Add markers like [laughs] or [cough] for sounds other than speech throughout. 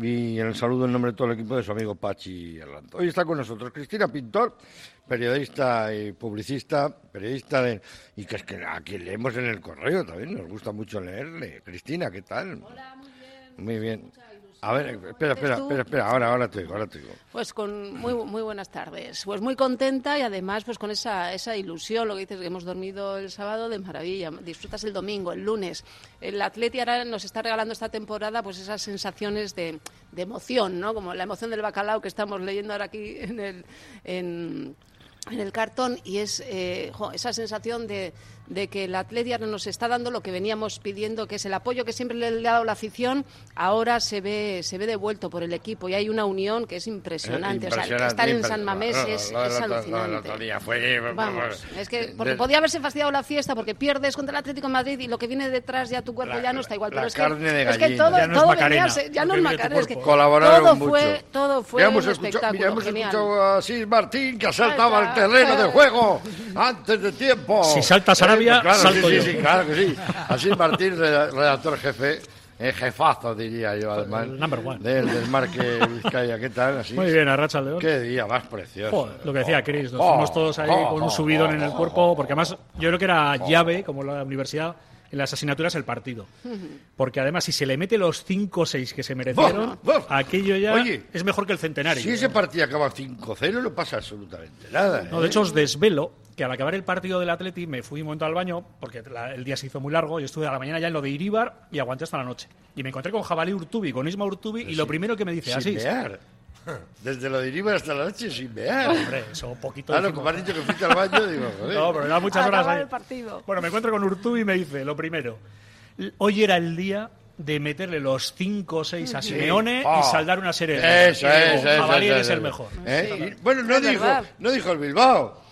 Y el saludo en nombre de todo el equipo de su amigo Pachi Erlanto. Hoy está con nosotros Cristina Pintor, periodista y publicista, periodista de, y que es que a quien leemos en el correo también, nos gusta mucho leerle. Cristina, ¿qué tal? Hola, muy bien. Muy bien. A ver, espera, espera, ¿Tú? espera, espera, ahora, ahora te digo, ahora te digo. Pues con muy, muy buenas tardes. Pues muy contenta y además pues con esa, esa ilusión, lo que dices que hemos dormido el sábado de maravilla. Disfrutas el domingo, el lunes. El Atleti ahora nos está regalando esta temporada pues esas sensaciones de, de emoción, ¿no? Como la emoción del bacalao que estamos leyendo ahora aquí en el en, en el cartón y es eh, jo, esa sensación de, de que el Atleti ahora nos está dando lo que veníamos pidiendo, que es el apoyo que siempre le ha dado la afición, ahora se ve se ve devuelto por el equipo y hay una unión que es impresionante. o sea, estar en San Mamés es, es alucinante. Vamos, es que porque podía haberse fastidiado la fiesta porque pierdes contra el Atlético de Madrid y lo que viene detrás ya tu cuerpo La- ya no está igual. la pero es que- carne de es que, gallina. todo, Ya no es todo Macarena, venía a ser- ya no es lo que vive tu Macarena, es que cuerpo. Colaboraron todo mucho. fue, todo fue Ya un hemos escuchado, espectáculo mira, hemos genial. escuchado a Sis Martín que saltaba al Ahí está. terreno [laughs] de juego antes de tiempo. Eh, Si salta Sarabia, claro, salto sí, yo. Sí, sí, claro que sí. A Sis Martín, re- redactor jefe, eh, jefazo diría yo además. El number one. Del, del Marque Vizcaya, ¿qué tal? Así Muy bien, Arracha León. Qué día más precioso. Joder, lo que decía Chris, nos Oh, fuimos todos ahí oh, con oh, un subidón oh, en el oh, cuerpo, porque además yo creo que era llave, como la universidad, en las asignaturas el partido. Porque además, si se le mete los 5 o 6 que se merecieron, Buf, buf. aquello ya Oye, es mejor que el centenario. Si ese partido acaba 5-0 no pasa absolutamente nada. No, ¿eh? de hecho, os desvelo que al acabar el partido del Atleti me fui un momento al baño porque la- el día se hizo muy largo. Yo estuve a la mañana ya en lo de Iríbar y aguanté hasta la noche. Y me encontré con Jabalí Urtubi, con Isma Urtubi, y lo primero que me dice, sin así. mear. Desde lo de Iribar hasta la noche sin mear. Hombre, eso poquito. Claro, hicimos. como has dicho que fuiste al baño, digo, joder. No, pero da muchas Acabar horas ahí. el partido. Bueno, me encuentro con Urtubi y me dice, lo primero, l- hoy era el día de meterle los 5 o 6 a Simeone Oh. y saldar una serie. de Eso, goles. Y digo, eso, eso, Jabalí, eso, eres eso. el mejor. ¿Eh? Y- bueno, no Es dijo, verdad. no dijo el Bilbao.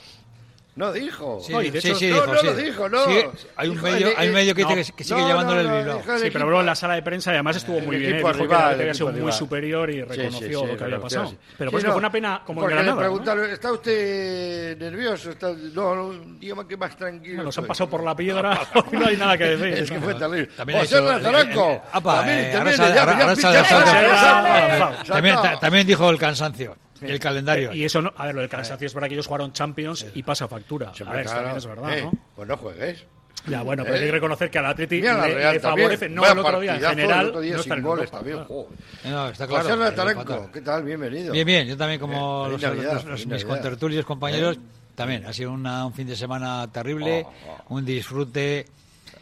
No dijo. No, y de hecho- no, no lo dijo, no. Sí, hay un Dijo medio, el- hay un medio que, no, dice que- que sigue no, llamándole no, no, el Bilbao. dijo el Sí, equipo. pero luego en la sala de prensa y además estuvo muy El bien. ¿eh? equipo Dijo que rival, la el había equipo sido muy rival. superior y Sí, sí, reconoció sí, lo que había reconoció, pasado. sí. Pero Sí, por eso no, fue una pena como en porque Granada. le ¿no? preguntaron, ¿está usted nervioso? ¿Está, no, no, un día más que más tranquilo. Bueno, Nos han [laughs] estoy". pasado por la piedra [laughs] y no hay nada que decir. Es que fue terrible. También ha José hecho- Razaranco, eh, eh, apa, también eh, interviene, ahora sale- ya, ahora- ya ahora pincha, sale- ya, ahora ya, sale- ya, ahora ya, También, ya, ta- también dijo el cansancio, el calendario. Y eso no, a ver, lo del cansancio es verdad que ellos jugaron Champions y pasa factura. Siempre, A ver, eso claro. también es verdad, Eh, ¿no? Pues no juegues. Ya, bueno, pero Eh. hay que reconocer que al Atleti Mira la le, Real le también. favorece, no Vaya el otro día, en partidazo, el general, otro día no sin está en goles Europa. también. Claro. joder. No, está claro. José el Rataranco, empatado. ¿qué tal? Bienvenido. Bien, bien, yo también como Eh, los, feliz Navidad, los- los- feliz mis Navidad. contertulios, compañeros, Eh. también ha sido una- un fin de semana terrible, un disfrute.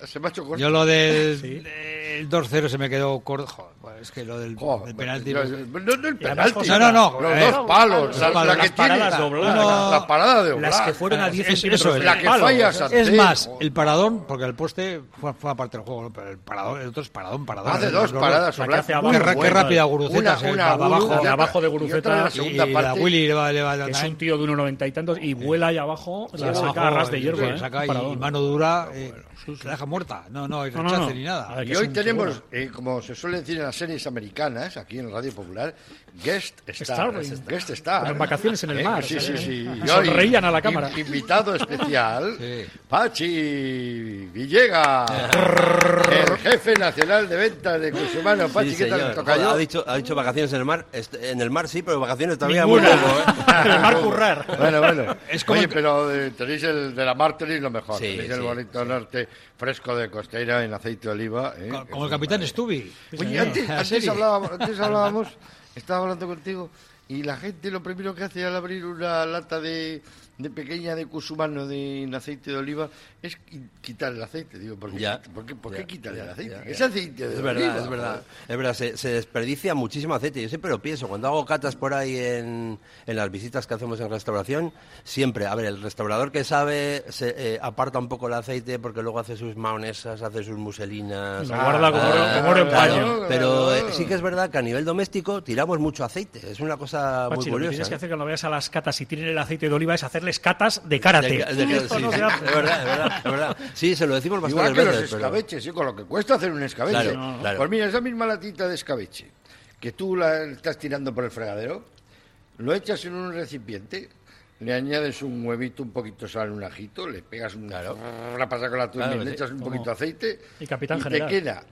Se me ha hecho corto. Yo lo del del 2-0 se me quedó corto. Joder, bueno, es que lo del, Joder, del penalti. yo- No, no el además, penalti. No, no, no, Los eh, dos palos. los la- palos, la que las paradas tiene- dobladas. la- La No. parada de Las que Oblak. fueron a 10 Eso es, centímetros del Ah, La que palo. falla Es Santé, más, joder. el paradón, porque el poste fue, fue aparte del juego, ¿no? pero el paradón, el otro es paradón, paradón. Hace El- dos los- paradas la que Oblak. hace Muy abajo. Qué, ra- qué buena. rápida gurucetas, Una- eh, una para abajo. guru- de abajo de y otra Guruceta en y- la Y segunda la parte. Willy le va, le va a Que es dar- un tío de 1,90 y tantos y vuela ahí abajo, la abajo, saca a ras de hierba. sí, ¿eh? saca y- Paradón. y mano dura, eh, se la deja muerta. No, no, y No, rechace no, no. ni A nada. ver, Y que es hoy un tenemos, tío. eh, como se suele decir en las series americanas, aquí en Radio Popular, guest star. Starring. Guest star. Eh, Pero en vacaciones en el mar, Sí, sí, ¿sabes? sí. Y Y hoy, sonreían a la in- cámara. [laughs] Invitado especial, Sí. Pachi Villegas, el jefe nacional de ventas de Cusumano. Pues, Pachi, Sí, ¿qué tal señor. te toca Joder, yo? Ha dicho, ha dicho vacaciones en el mar. Est- En el mar sí, pero vacaciones todavía Ninguna. muy poco, [laughs] ¿eh? En [laughs] el mar currar. [laughs] Bueno, bueno. Es como Oye, que- pero eh, tenéis el de la mar, tenéis lo mejor. Sí, tenéis el sí, bonito norte fresco de costeira en aceite de oliva. ¿eh? Co- Es Como el una capitán maravilla. Stubby. Oye, Sí, antes, la antes serie. hablábamos, [laughs] antes hablábamos, estaba hablando contigo, y la gente lo primero que hace al abrir una lata de, de pequeña de cusumano de en aceite de oliva es qui- quitar el aceite. Digo, ¿por qué, Ya. ¿por qué, por Ya, qué quitar el ya, aceite? ya, Es ya. aceite de Es oliva. verdad, es verdad. Es verdad, se, se desperdicia muchísimo aceite. Yo siempre lo pienso. Cuando hago catas por ahí en, en las visitas que hacemos en restauración, siempre, a ver, el restaurador que sabe se, eh, aparta un poco el aceite porque luego hace sus maonesas, hace sus muselinas. Ah, Lo guarda como oro- como oro en claro, paño. Pero eh, sí que es verdad que a nivel doméstico tiramos mucho aceite. Es una cosa muy Pachi, lo que curiosa. tienes que ¿eh? hacer cuando vayas a las catas y tienen el aceite de oliva es hacerles catas de karate. De- de- de- Esto sí, no se sí, hace. es verdad, es verdad, es verdad. Sí, se lo decimos [laughs] bastantes Igual que los veces. pero- escabeches, ¿eh? con lo que cuesta hacer un escabeche. Claro, no, no. Claro. Pues mira, esa misma latita de escabeche que tú la estás tirando por el fregadero, lo echas en un recipiente, le añades un huevito, un poquito de sal, un ajito, le pegas un, una pasa con la turmil, Claro, le sí. echas un poquito de aceite Y capitán te general. queda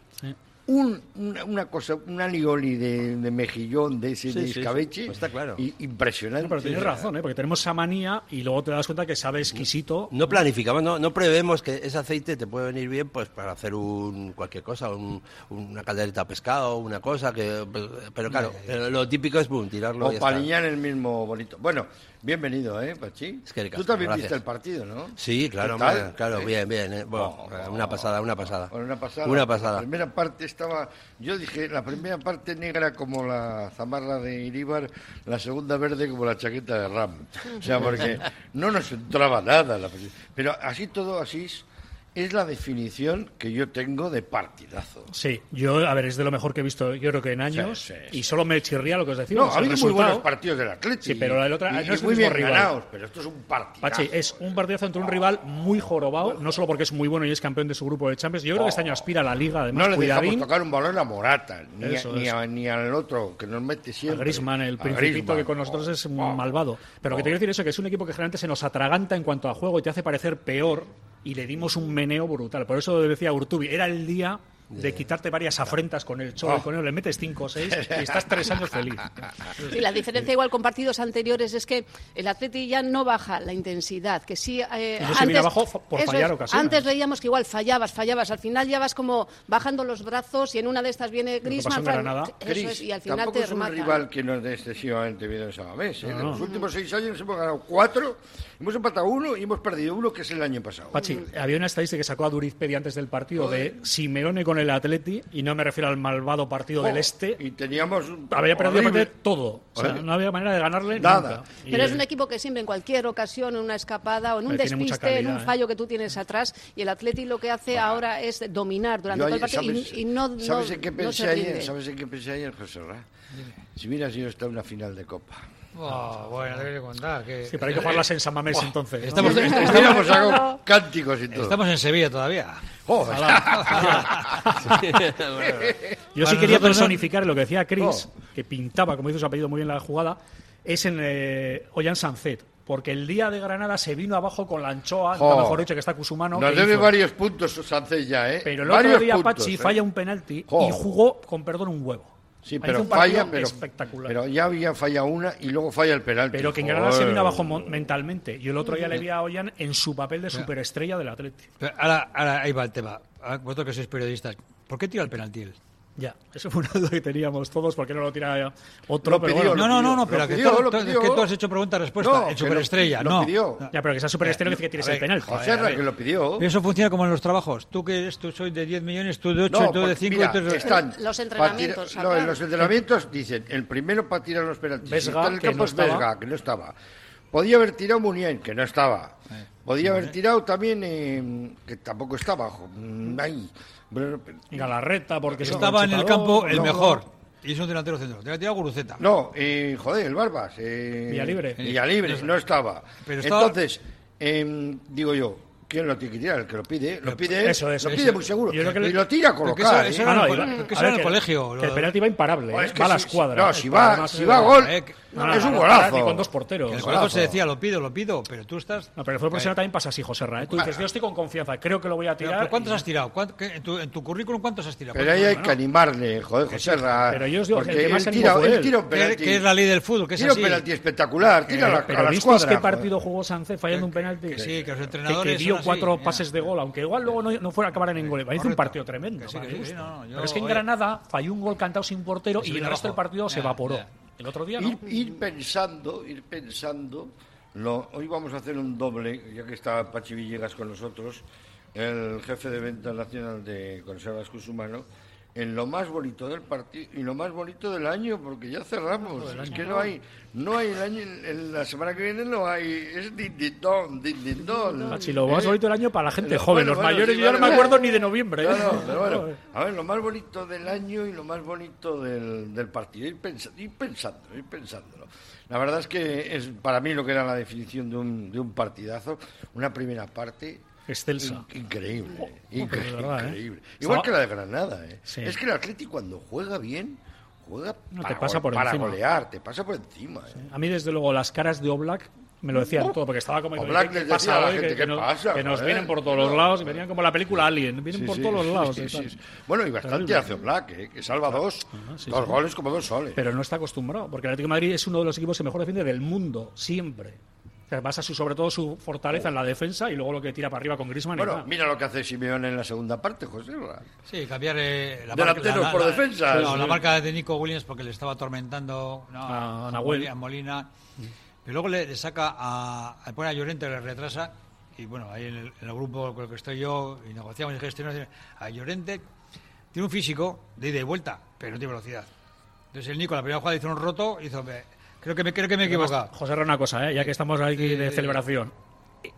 un- una, una cosa, un alioli de, de mejillón, de ese Sí, de sí, sí. escabeche. Está claro. y- impresionante. No, pero tienes O sea, razón, ¿eh? porque tenemos esa manía y luego te das cuenta que sabe exquisito. No planificamos, no, no prevemos que ese aceite te puede venir bien pues para hacer un cualquier cosa, un- una caldereta de pescado, una cosa que pues, pero claro, eh, lo típico es boom, tirarlo y O ya está. paliñar el mismo bonito. Bueno, bienvenido, ¿eh, Pachi? Es que el Tú casco, también gracias. viste el partido, ¿no? Sí, claro, ¿Qué tal? hombre, claro, ¿Eh? bien, bien, eh. Bueno, una pasada, una pasada. Bueno, una pasada. Una pasada. La primera parte estaba, yo dije, la primera parte negra como la zamarra de Iríbar, la segunda verde como la chaqueta de Ram. O sea, [laughs] porque no nos entraba nada. la peli- Pero así todo, así es, es la definición que yo tengo de partidazo. Sí, yo, a ver, es de lo mejor que he visto, yo creo que en años. Sí, sí, y solo me chirría lo que os decía. No, ha habido muy buenos partidos del Atlético. Sí, pero la del otra- no es el muy bien mismo rival. ganados, pero esto es un partidazo. Pachi, es un partidazo entre un rival muy jorobado, no solo porque es muy bueno y es campeón de su grupo de Champions. Yo creo que este año aspira a la Liga, además, No le dejamos cuidadín. tocar un balón a Morata, ni, a- Eso ni es. a- ni al otro que nos mete A siempre. Griezmann, el A principito Griezmann. que con nosotros Oh, es un oh. malvado. Pero lo que te quiero decir eso, que es un equipo que generalmente se nos atraganta en cuanto a juego y te hace parecer peor y le dimos un meneo brutal. Por eso decía Urtubi, era el día de quitarte varias afrentas con el Oh. cholo, y con él le metes 5 o [laughs] 6 y estás tres años feliz. Y la diferencia igual con partidos anteriores es que el Atleti ya no baja la intensidad, que sí eh, Y no se viene antes abajo fa- por eso fallar ¿eh? es, ocasiones. Antes veíamos que igual fallabas, fallabas, al final ya vas como bajando los brazos y en una de estas viene pasó en Griezmann, Fran- Granada. eso es, Cris, y al final tampoco te es un rematan. rival que nos dé excesivamente bien en Samamés. ¿eh? No, De no. los últimos seis años hemos ganado cuatro, hemos empatado uno y hemos perdido uno, que es el año pasado. Pachi, había una estadística que sacó a Durizpedia antes del partido de Simeone con el Atleti, y no me refiero al malvado partido Oh, del Este, Y teníamos. un- había perdido horrible. perder todo. O sea, Horrible. no había manera de ganarle Nada. nunca. Y, Pero es eh, un equipo que siempre, en cualquier ocasión, en una escapada o en un Pero tiene mucha despiste, en calidad, un ¿eh? fallo que tú tienes atrás, y el Atleti lo que hace ahora es dominar durante Yo todo el ayer- partido y- ¿sabes- y, no, no- ¿Sabes en qué no pensé se ayer? rinde. ¿Sabes en qué pensé ayer, José Ra? Si hubiera sido esta una final de Copa. Oh, bueno, te voy a contar. Que... Sí, pero hay que jugarlas en San Mamés entonces. ¿no? Estamos, Hubiéramos sacado cánticos y todo. estamos en Sevilla todavía. Joder. Yo sí Para quería nosotros no. personificar lo que decía Chris, Oh. que pintaba, como hizo su apellido muy bien la jugada, es en eh, Ollán Sancet. Porque el día de Granada se vino abajo con la anchoa, Jo. mejor dicho, que está Cusumano. Oh. Nos que debe hizo. varios puntos Sanchez ya, ¿eh? Pero el varios otro día puntos, Pachi ¿eh? falla un penalti Jo. y jugó, con perdón, un huevo. Sí, Hizo pero un partido falla, pero, espectacular. pero ya había fallado una y luego falla el penalti. Pero que en Granada se Joder. vino abajo mon- mentalmente. Yo el otro día le vi a Ollán en su papel de superestrella del Atleti. Pero ahora, ahora ahí va el tema. Ah, Vosotros que sois periodistas, ¿por qué tira el penalti él? Ya, eso fue una duda que teníamos todos, porque no lo tira otro, Lo pero pidió, bueno, No, no, no, pidió, no, pero lo que, pidió, tú- lo tú- pidió. que tú has hecho pregunta-respuesta No, Pues en que lo- Superestrella. lo no, pidió. Ya, pero que sea superestrella dice que tires a ver, el penalti. José A ver, a Ra, ver. que lo pidió. Eso funciona como en los trabajos. Tú que eres, tú soy de 10 millones, tú de 8, No, tú de porque 5 mira, y tú de... están Los para entrenamientos, tirar- no, acá. en los entrenamientos dicen, el primero para tirar los penaltis. Vesga, Está en el que campo no es Vesga, estaba. que no estaba. Podía haber tirado Munien, que no estaba. Eh, Podía haber tirado también, eh, que tampoco estaba. jo- mm, Ahí. Bueno, Y Galarreta, porque es un Estaba en el chutador. campo el no, mejor. Y es un delantero centro. Te ha tirado Guruceta. No, eh, joder, el Barbas. Eh, Villalibre. Villalibre, no estaba. Pero estaba- Entonces, em, digo yo, ¿quién lo tiene que tirar? El que lo pide, lo pide él, Eso, eso, lo eso. pide muy seguro. Yo creo que le- Y lo tira a Pero que colocar. eso- ¿eh? eso era Ah, en no, el iba- cole- que a eso era ver, en el colegio, que lo- el penalti va imparable, Joder, eh, es Pues que va a la si- escuadra. No, si va, Además, si eh, va gol, eh, que- no, es un no, golazo. ni con dos porteros. Que el Golazo. colegio se decía, lo pido, lo pido, pero tú estás... No, pero el fútbol profesional también pasa así, José Ra. ¿eh? Tú dices, yo estoy con confianza, creo que lo voy a Pero, tirar. pero ¿Cuántos y- has tirado? ¿Cuánto- qué- en, tu, en tu currículum cuántos has tirado? Pero ahí hay que animarle, joder, José Ra. pero yo os digo, el porque que más él animó tira, fue él él. tira un Que- penalti. que es la ley del fútbol, que es Tira así. un penalti espectacular, tira a la, Eh, Pero a la ¿visteis escuadra, qué partido jugó Sancet fallando Que- un penalti? que sí, que los Que, entrenadores dio son así, cuatro ya. pases de gol, aunque igual luego no, no fuera a acabar en gol. Hizo un Correcto. partido tremendo. Que sí, para que mi sí, gusto. no, no, yo- pero es que en oye. Granada falló un gol cantado sin portero Y se y el vino resto del abajo. partido se Ya, evaporó. ya. El otro día, ir, ¿no? ir pensando, ir pensando. Lo- hoy vamos a hacer un doble, ya que está Pachi Villegas con nosotros, el jefe de venta nacional de Conservas Cusumano, en lo más bonito del partido y lo más bonito del año, porque ya cerramos. Es que no hay, no hay el año, en la semana que viene no hay. Es din din don, din din don. Pachi, lo más ¿Eh? bonito del año para la gente Pero joven, bueno, los bueno, mayores. sí, yo vale, no me vale. acuerdo ni de noviembre. ¿eh? No, no, pero bueno, a ver, lo más bonito del año y lo más bonito del, del partido. Ir, pensa- ir pensando, ir pensándolo. La verdad es que es para mí lo que era la definición de un, de un partidazo, una primera parte. Excelsa. in- increíble, Oh, pero de increíble, verdad, ¿eh? increíble. Igual Estaba- que la de Granada, ¿eh? Sí. Es que el Atlético cuando juega bien, juega No, te para, pasa gol- por para encima. golear, te pasa por encima. ¿eh? A mí, desde luego, las caras de Oblak me lo decían todo, porque estaba como... O Black les decía a la gente, eh? Que, ¿qué nos, pasa, que nos joder? vienen por todos los lados, y venían como la película Alien, vienen Sí, por sí, todos los sí, lados. sí, y sí, tal. sí. Bueno, y bastante Terrible. hace Black, ¿eh? que salva dos, sí, dos sí. goles como dos soles. Pero no está acostumbrado, porque el Atlético de Madrid es uno de los equipos que mejor defiende del mundo, siempre. O sea, basa su, sobre todo su fortaleza en la defensa y luego lo que tira para arriba con Griezmann. y bueno, nada. mira lo que hace Simeón en la segunda parte, José. Pues Sí, cambiar eh, la Delanteros por defensa. No, Sí. la marca de Nico Williams porque le estaba atormentando no, A Mm. Nahuel. Moli- a Molina. Pero luego le, le saca a, a, pone a Llorente, le retrasa. Y bueno, ahí en el, en el grupo con el que estoy yo y negociamos y gestionamos. A Llorente tiene un físico de ida y vuelta, pero no tiene velocidad. Entonces el Nico, la primera jugada hizo un roto, hizo. me- creo que me, creo que me he equivocado. José, era una cosa, ¿eh? ya que estamos aquí de Sí, sí. celebración.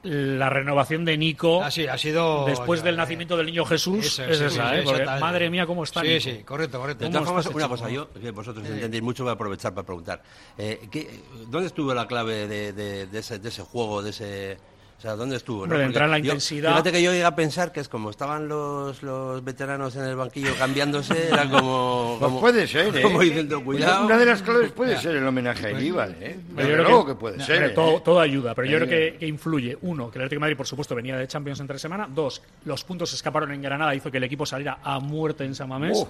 La renovación de Nico Así, Ah, ha sido. después del eh, nacimiento del niño Jesús eso, es sí, esa, sí, ¿eh? Porque, exactamente. madre mía, cómo está. Sí, Nico. sí, correcto, correcto. este De ¿Cómo todas formas, estás una hecho, Eh. cosa, yo, que vosotros Sí. entendéis mucho, voy a aprovechar para preguntar. Eh, ¿qué- ¿Dónde estuvo la clave de, de- de ese, de ese juego, de ese... O sea, ¿dónde estuvo? Hombre, de entrar en la yo- intensidad. Fíjate que yo llegué a pensar que es como estaban los, los veteranos en el banquillo cambiándose, era como... Pues como- puede ser, [laughs] ¿eh? Como diciendo, cuidado. Una de las claves puede ser el homenaje a Aníbal, ¿eh? Desde creo luego que, puede ser. Hombre, ¿eh? todo, todo ayuda, pero yo creo que, que influye. Uno, que el Atlético de Madrid, por supuesto, venía de Champions entre semana. Dos, los puntos se escaparon en Granada, hizo que el equipo saliera a muerte en San Mamés. Uh.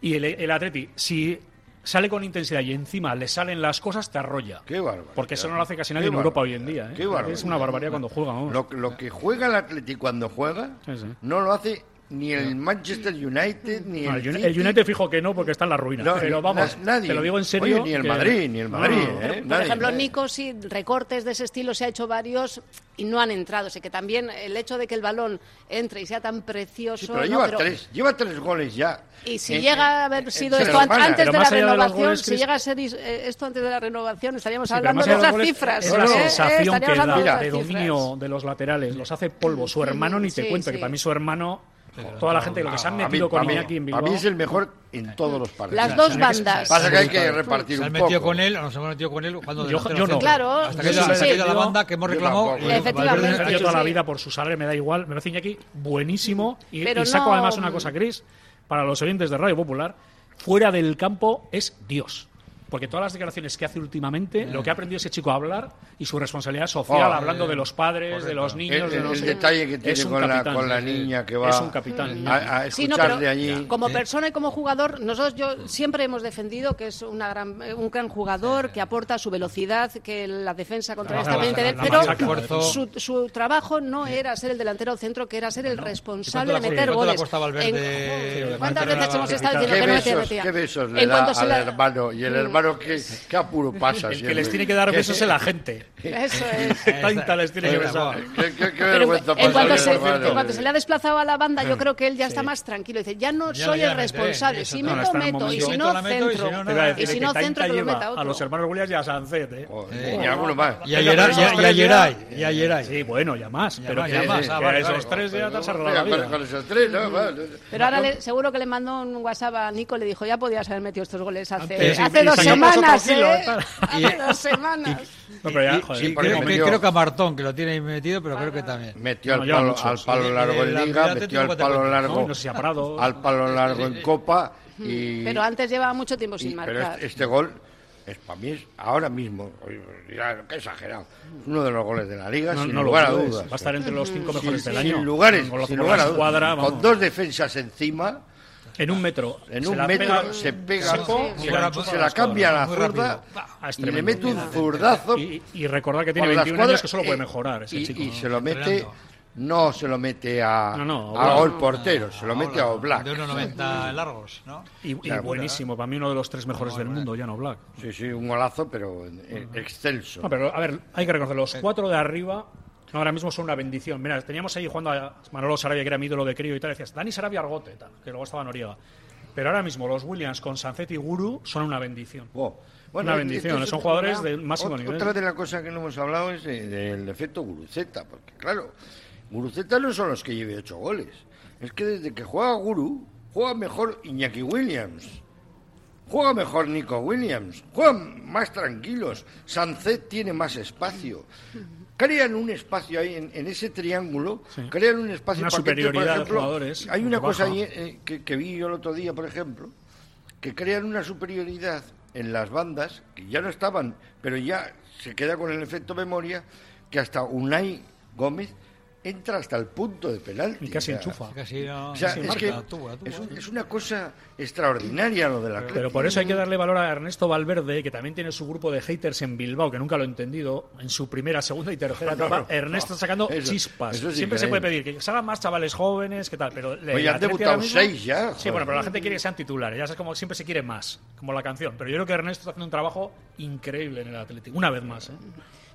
Y el, el Atleti, si sale con intensidad y encima le salen las cosas, te arrolla. Qué barbaridad. Porque eso no lo hace casi nadie Qué en Europa hoy en barbaridad. día. ¿eh? Qué barbaridad. Es una barbaridad cuando juega. vamos. Lo, lo que juega el Atlético cuando juega Sí, sí. no lo hace ni el Manchester United, ni No, el, el, Uni- City. el United fijo que no, porque está en la ruina. No, pero na- vamos, nadie. te lo digo en serio. Oye, ni el que- Madrid, ni el No, Madrid, no, no. ¿eh? Por Nadie, ejemplo, nadie. Nico sí, recortes de ese estilo se ha hecho varios y no han entrado. O sea que también el hecho de que el balón entre y sea tan precioso. Sí, pero ¿no? lleva Pero- tres, Eh, lleva tres goles ya. Y si En- llega a haber sido en esto an- semana. antes Pero de la más allá de los renovación, goles, si Cris- llega a ser is- eh, esto antes de la renovación, estaríamos Sí, pero hablando más de allá de otras los goles, cifras. Es la ¿eh? sensación Estaríamos que da hablando de de otras cifras. dominio de los laterales. Los hace polvo. Su hermano ni te Sí, cuento, sí. que para mí su hermano, toda la gente, lo que se han A mí, metido a con mí- Iñaki en a Bilbao. mí es el mejor en todos los partidos. Las dos bandas. Pasa que hay que repartir Se un han poco. metido con él, o nos hemos metido con él cuando Yo- delantero yo no. centro. Claro, Hasta que yo haya- sí, hasta que sí. haya la banda que hemos Yo reclamado. eh, tampoco. y- Efectivamente. Valverde- Yo Eso toda la sí. vida por su salario me da igual. Me parece Iñaki buenísimo. Y, Pero y saco no- además una cosa, Cris, para los oyentes de Radio Popular, fuera del campo es Dios. Porque todas las declaraciones que hace últimamente, lo que ha aprendido ese chico a hablar y su responsabilidad social, Oh, hablando de los padres, de los El, niños, de el- no el sé- detalle que Es tiene un con, la, capitán, con la sí, sí. niña que va Es un capitán. a, a escucharle Sí, no, pero allí. ¿Eh? Como persona y como jugador, nosotros yo siempre hemos defendido que es una gran, eh, un gran jugador que aporta su velocidad, que la defensa contra La esta masaca, mente, la pero masaca. Esfuerzo. su, su trabajo no era ser el delantero centro, que era ser el responsable de cuánto le- meter cuánto le goles. costaba Valverde- joder, Sí, ¿Cuántas Valverde veces la- hemos la- estado la- diciendo ¿Qué que no metía, besos, metía? qué besos le En da cuanto se al la- hermano? Y el hermano, qué, [laughs] qué apuro pasa. El que siempre. les tiene que dar besos es la gente. Eso es. Tanta les tiene que Oiga, besar. guau. Qué, qué- qué Pero vergüenza en, pasa cuanto al se, hermano. en cuanto se le ha desplazado a la banda, yo creo que él ya está más tranquilo. Dice, ya no Ya, soy ya el me enteré, responsable. eso Si no. No, me lo está en el meto y momento. si Yo meto, no, la meto, y si centro. no, Te iba a decir Ah, Y si que no, tanta centro, que lo lleva meta a los otro. hermanos Williams y a Sancet, ¿eh? Joder, y alguno más. Y a Geray, y a- y a Geray, y a Geray. Sí, bueno, ya más. Ya pero más, que- ya más. que Ah, a vale, esos vale. tres ya te has arreglado la Venga, vida. Con, con esos tres, ¿no? Va, no, no. Pero ahora le- seguro que le mandó un WhatsApp a Nico, le dijo, ya podías haber metido estos goles hace, Antes, hace y dos sacamos otro semanas, kilo, ¿eh? tal. Hace dos semanas. No, pero ya, Y- joder, y sí, porque creo, que, metió- creo que a Martón, que lo tiene ahí metido, pero creo que también. Metió No, al lleva palo, muchos. al palo El- Eh, largo el en Liga, Atlético metió al cuatro palo puntos. largo, No, no sé si a Prado. al palo largo en Copa y, Pero antes llevaba mucho tiempo y- sin pero marcar. este, este gol es para mí es ahora mismo, oye, pues, ya, qué exagerado, es uno de los goles de la Liga no, sin no lo lugar a dudes, dudas. Va a estar entre los cinco sin, mejores del sin año. lugares, Con lo- sin con lugar la a dudas. escuadra, con vamos. dos defensas encima, En un metro. en se un la metro pega- se pega, seco, se, y la, enchufa se a la escuadra. cambia a la muy rápido. zurda Ah, es y le tremendo. mete un zurdazo Y, y recordar que por tiene la 21 escuadra, años, que solo puede eh, mejorar ese y, chico. y se lo mete, entrenando. no se lo mete a, No, no, Oblak. a gol portero, se lo mete a Oblak. De 1,90 largos, ¿no? Y, y Claro. buenísimo, para mí uno de los tres mejores del mundo, Jan Black. Sí, sí, un golazo, pero eh, excelso. No, pero a ver, hay que reconocer, los cuatro de arriba ahora mismo son una bendición. Mira, teníamos ahí jugando a Manolo Sarabia, que era mi ídolo de crío y tal, decías, Dani Sarabia Argote, tal, que luego estaba Noriega. Pero ahora mismo los Williams con Sancet y Guru son una bendición. Wow. una este- bendición, este es son otro- jugadores del máximo ot- nivel. Otra de las cosas que no hemos hablado es eh, del efecto Guruceta, porque claro, Guruceta no son los que lleve ocho goles. Es que desde que juega Guru, juega mejor Iñaki Williams. Juega mejor Nico Williams, juegan más tranquilos, Sancet tiene más espacio. Crean un espacio ahí en, en ese triángulo, crean un espacio Una para que entre, por superioridad de ejemplo, jugadores, Hay una baja. cosa ahí eh, que, que vi yo el otro día, por ejemplo, que crean una superioridad en las bandas, que ya no estaban, pero ya se queda con el efecto memoria, que hasta Unai Gómez entra hasta el punto de penalti. Y casi O sea, enchufa. Casi no. O sea, sí, es, marca, que actúa, actúa. es, un- es una cosa extraordinaria lo de la Pero por eso hay que darle valor a Ernesto Valverde, que también tiene su grupo de haters en Bilbao, que nunca lo he entendido, en su primera, segunda y tercera [laughs] No, etapa. no, Ernesto no. sacando Eso- chispas. eso es Siempre se increíble. puede pedir que salgan más chavales jóvenes, que tal, pero... le- Oye, el han Atleti debutado ahora mismo- seis ya, Sí, joder. bueno, pero la gente quiere que sean titulares, ya sabes, como siempre se quiere más, como la canción. Pero yo creo que Ernesto está haciendo un trabajo increíble en el Atlético, una vez más. ¿eh?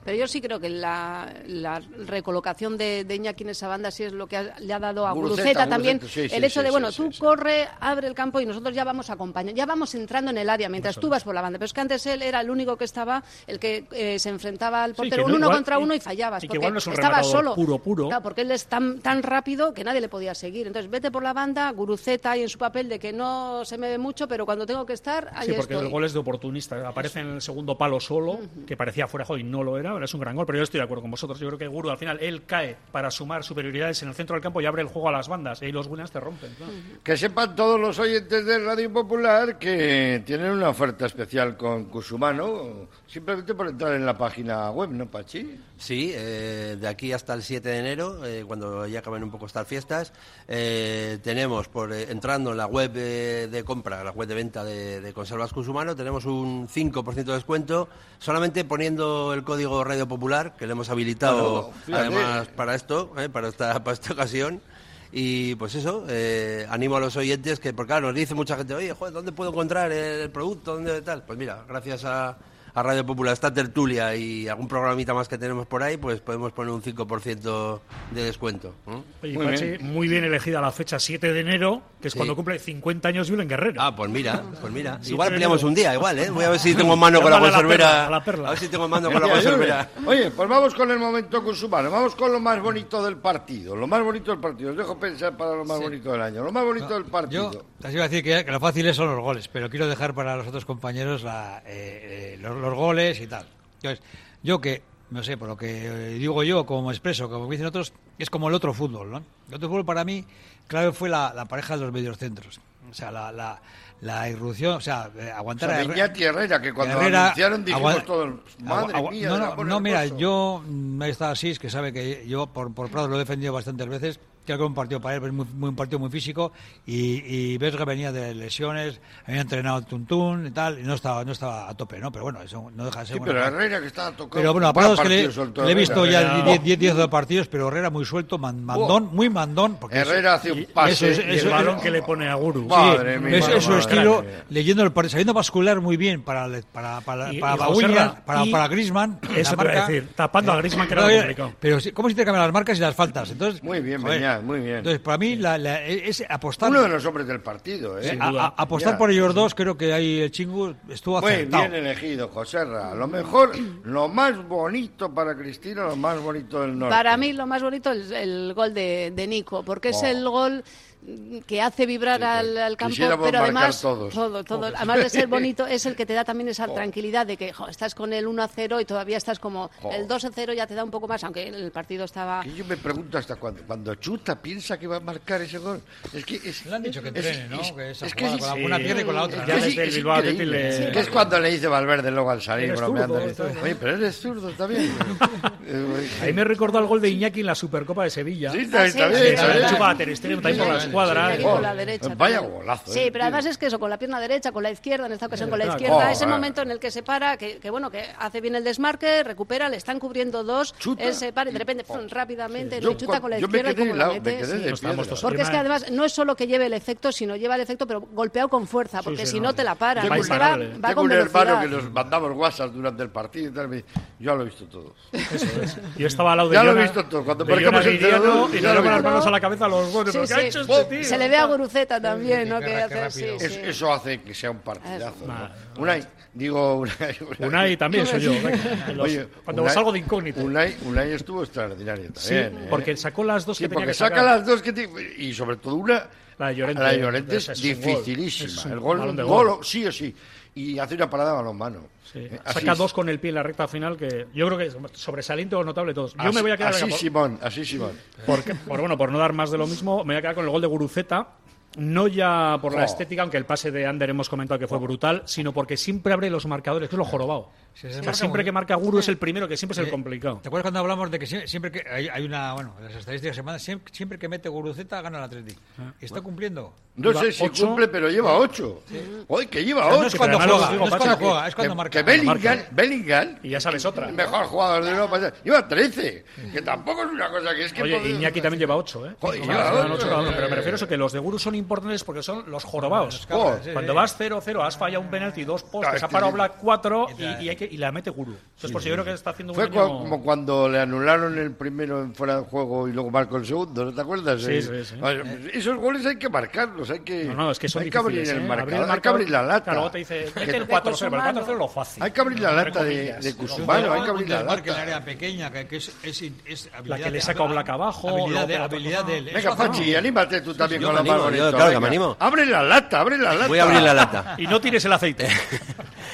Pero yo sí creo que la, la recolocación de, de Iñaki en esa banda sí es lo que ha- le ha dado a Guruceta, Guruceta, Guruceta, también. sí, sí, el hecho sí, de, sí, bueno, sí, tú sí. corre, abre el campo y nosotros ya vamos acompañando, ya vamos entrando en el área mientras tú vas por la banda. Pero es que antes él era el único que estaba, el que eh, se enfrentaba al Sí, que portero no un uno igual- contra y- uno y fallabas. y que porque igual no es un estaba rematador solo. puro, puro. Claro, porque él es tan, tan rápido que nadie le podía seguir. Entonces, vete por la banda, Guruceta y en su papel de que no se me ve mucho, pero cuando tengo que estar, ahí Sí, porque estoy. el gol es de oportunista. Aparece en el segundo palo solo, que parecía fuera de juego y no lo era, pero es un gran gol. Pero yo estoy de acuerdo con vosotros. Yo creo que Guru al final él cae para sumar superioridades en el centro del campo y abre el juego a las bandas. Y ahí los winners te rompen. claro. Que sepan todos los oyentes de Radio Popular que tienen una oferta especial con Cusumano, simplemente por entrar en la página web, ¿no, Pachi? Sí, eh, de aquí hasta el 7 de enero, eh, cuando ya acaben un poco estas fiestas, eh, tenemos, por eh, entrando en la web eh, de compra, la web de venta de, de conservas Cusumano, tenemos un 5% de descuento, solamente poniendo el código Radio Popular, que le hemos habilitado Bueno, fíjate. además para esto, eh, para, esta, [laughs] para esta ocasión. Y pues eso, eh, animo a los oyentes que, porque claro, nos dice mucha gente, oye, joder, ¿dónde puedo encontrar el producto? ¿Dónde tal? Pues mira, gracias a, a Radio Popular, esta tertulia y algún programita más que tenemos por ahí, pues podemos poner un 5% de descuento. ¿eh? Oye, Muy Pachi, muy, bien. elegida la fecha 7 de enero, que es Sí. cuando cumple 50 años Julen Guerrero. Ah, pues mira, pues mira. Sí, igual pero peleamos luego- un día, igual, ¿eh? Voy a ver [laughs] si tengo mano con la Llámale a la conservera. perla, a la perla. A ver si tengo mano con la Mira, conservera. Julen. Oye, pues vamos con el momento Cusumano, vamos con lo más bonito del partido, lo más bonito del partido, os dejo pensar para lo más bonito del año, lo más bonito del partido. Yo te iba a decir que, que lo fácil son los goles, pero quiero dejar para los otros compañeros la, eh, eh, los, los goles y tal. Entonces, yo que, no sé, por lo que eh, digo yo, como me expreso, como dicen otros, es como el otro fútbol, ¿no? El otro fútbol para mí, clave fue la, la pareja de los mediocentros. O sea, la, la, la irrupción, o sea, eh, O aguantar a sea, de Iñaki Herrera, que cuando Herrera, anunciaron dijimos agua- todos, madre agua- mía, No, del no, amor no, mira, hermoso". yo mm, he estado así, es que sabe que yo por, por Prado lo he defendido bastantes veces. Creo que era un partido para él, pero es muy, muy- un partido muy físico. Y, y ves que venía de lesiones, había entrenado tuntún y tal, y no estaba, no estaba a tope, ¿no? Pero bueno, eso no deja de ser. Sí, una pero parte. Herrera que estaba tocando. Pero bueno, aparte es que le, que le he visto ya Herrera. 10 10 10 12 partidos, pero Herrera muy suelto, man- mandón, muy mandón. Porque es- Herrera hace un y- pase. eso es- y Y eso- el balón eso- que le pone a Guru. Va. Madre sí, mía, es, es su madre estilo, mía. leyendo el partido, sabiendo bascular muy bien para le- para para Y- para y Baúña, Jauserra, para, y- para Griezmann, Eso la te iba a marca. decir, tapando a Griezmann, que era lo oye, complicado. Pero sí, cómo se intercambian las marcas y las faltas. Entonces, Muy bien, joder. Beñat, muy bien. Entonces, para mí la- la- es apostar Uno de los hombres del partido, ¿eh? eh, Sin a- duda. a- apostar Ya. por ellos dos, creo que ahí el chingu estuvo Muy acertado. bien eh. elegido, José Ra. Lo mejor, lo más bonito para Cristina, lo más bonito del norte. Para mí lo más bonito es el gol de, de Nico, porque es Oh. el gol mm, que hace vibrar Sí, que al, al campo, quisiéramos pero marcar además todos. Oh. todo, todo. además [laughs] de ser bonito, es el que te da también esa tranquilidad de que jo, estás con el 1 a 0 y todavía estás como Jo. el 2 a 0 ya te da un poco más, aunque el partido estaba Que yo me pregunto hasta cuándo. Cuando Chuta piensa que va a marcar ese gol. Es que es. Le han dicho que es- entrene, es- ¿no? es- Que esa es jugada con es- la- una sí. pierna y con la otra. es Ya que desde es el Bilbao Athletic increíble. le- Que es cuando le dice Valverde luego al salir Eres bromeando. zurdo, que- eres Oye, pero eres zurdo también. [laughs] Eh, Ahí me recordó al gol de Iñaki en la Supercopa de Sevilla. Sí, Sí, está, Ah, está bien, sí, sí, está sí, bien. sí, chupa a Ter Stegen por ahí por la Sí, escuadra. ¿eh? Oh, sí, Aquí sí. con la derecha. Vaya tío. golazo, Sí, eh, pero además tío. es que eso, con la pierna derecha, con la izquierda, en esta ocasión con la Claro. izquierda, Oh, ese ah. momento en el que se para, que, que bueno, que hace bien el desmarque, recupera, le están cubriendo dos, Chuta. él se para y de repente pum, rápidamente, Yo no, y chuta con la cua- yo me izquierda y quedé como la helado, me mete. quedé sí. de No estamos piedra. todos Porque es que Prima- además no es solo que lleve el efecto, sino lleva el efecto, pero golpeado con fuerza, porque sí, si no. no te la para. Tengo porque un- eh. se va, Tengo va Tengo con un hermano velocidad. que nos mandamos WhatsApp durante el partido y tal. me dice, Yo ya lo he visto todo. Yo estaba al lado de Ya lo he Jonah- visto todo. Cuando de marcamos Jonah el 0-2, Guiriano ya y lo le he con las visto. manos a la cabeza a los goles. Sí, ¿Pero qué ha sí. hecho este tío? Se le ve a Guruceta también, ¿no? qué Que ra- qué hace rápido. sí, Es- sí. Eso hace que sea un partidazo. ¿no? Madre. Unai, digo Unai. [laughs] Unai, Unai también soy yo. venga. En los- Oye, cuando Unai- salgo de incógnito. Unai, Unai estuvo extraordinario Sí, también. ¿eh? porque sacó las dos Sí, que tenía porque que saca sacar. las dos que tiene. Y sobre todo una. La de Llorente. la de Llorente es, Es un gol. dificilísima. Es un el gol, balón de gol, gol. sí o sí. Y hace una parada a balonmano. Sí, Eh, así Saca es. dos con el pie en la recta final que yo creo que es sobresaliente o notable todos. Yo Así- me voy a quedar Así, venga, por- Simón, así Simón. porque- por, bueno, por no dar más de lo mismo, me voy a quedar con el gol de Guruceta No ya por la Oh. estética, aunque el pase de Ander hemos comentado que fue brutal, sino porque siempre abre los marcadores, que es lo jorobado. Sí, O se sea, marca siempre muy- que marca Guru es el primero, que siempre es el Eh, complicado. ¿Te acuerdas cuando hablamos de que sie- siempre que hay, hay una, bueno, las estadísticas semanas, siempre, siempre que mete Guruceta gana la 3D? Ah, ¿Está cumpliendo? No Lleva sé si ocho. cumple, pero lleva ocho. ¡Ay, que lleva Pero ocho! no es cuando además lo juega, digo, no es Pachi, cuando que- juega, es cuando que- marca. Que Bellingham, marca. Bellingham, Y ya sabes otra. el mejor jugador de Europa, lleva 13. Que tampoco es una cosa que es que... Oye, podemos- Iñaki también lleva 8, ¿eh? Joder, No, lleva no, no, ocho, ocho, no, pero eh. me refiero a eso, que los de Guru son importantes porque son los jorobados. cabras, Joder, sí, Cuando sí. vas 0-0, has fallado un penalti, dos Claro, postes, es ha que parado sí. Black 4 y, y hay que- y la mete Guru. Entonces, por si yo creo que está haciendo un Fue año- co- como cuando le anularon el primero en fuera de juego y luego marcó el segundo, ¿no te acuerdas? Sí, Eh, sí, sí. oye, Esos goles hay que marcarlos, hay que, No, no, es que son hay que abrir difíciles, el ¿eh? marcador, Abrir el hay que abrir la marcador, lata. Claro, luego te dice, Que- mete el 4-0, pero el 4-0 es lo fácil. hay que abrir la lata entre de, comillas. de Pero Cusumano, hay que juega abrir un la desmarque en el área lata. pequeña, que, que es, es, es habilidad que le de- saca Oblak abajo, Habilidad, de, luego otra habilidad cosa. de él. Venga, pues. Eso- Pachi, anímate tú también yo con me la animo, mano. yo, claro bonita, que venga. me animo. Abre la lata, abre la lata. Voy a abrir la lata. Y no tires el [laughs] aceite.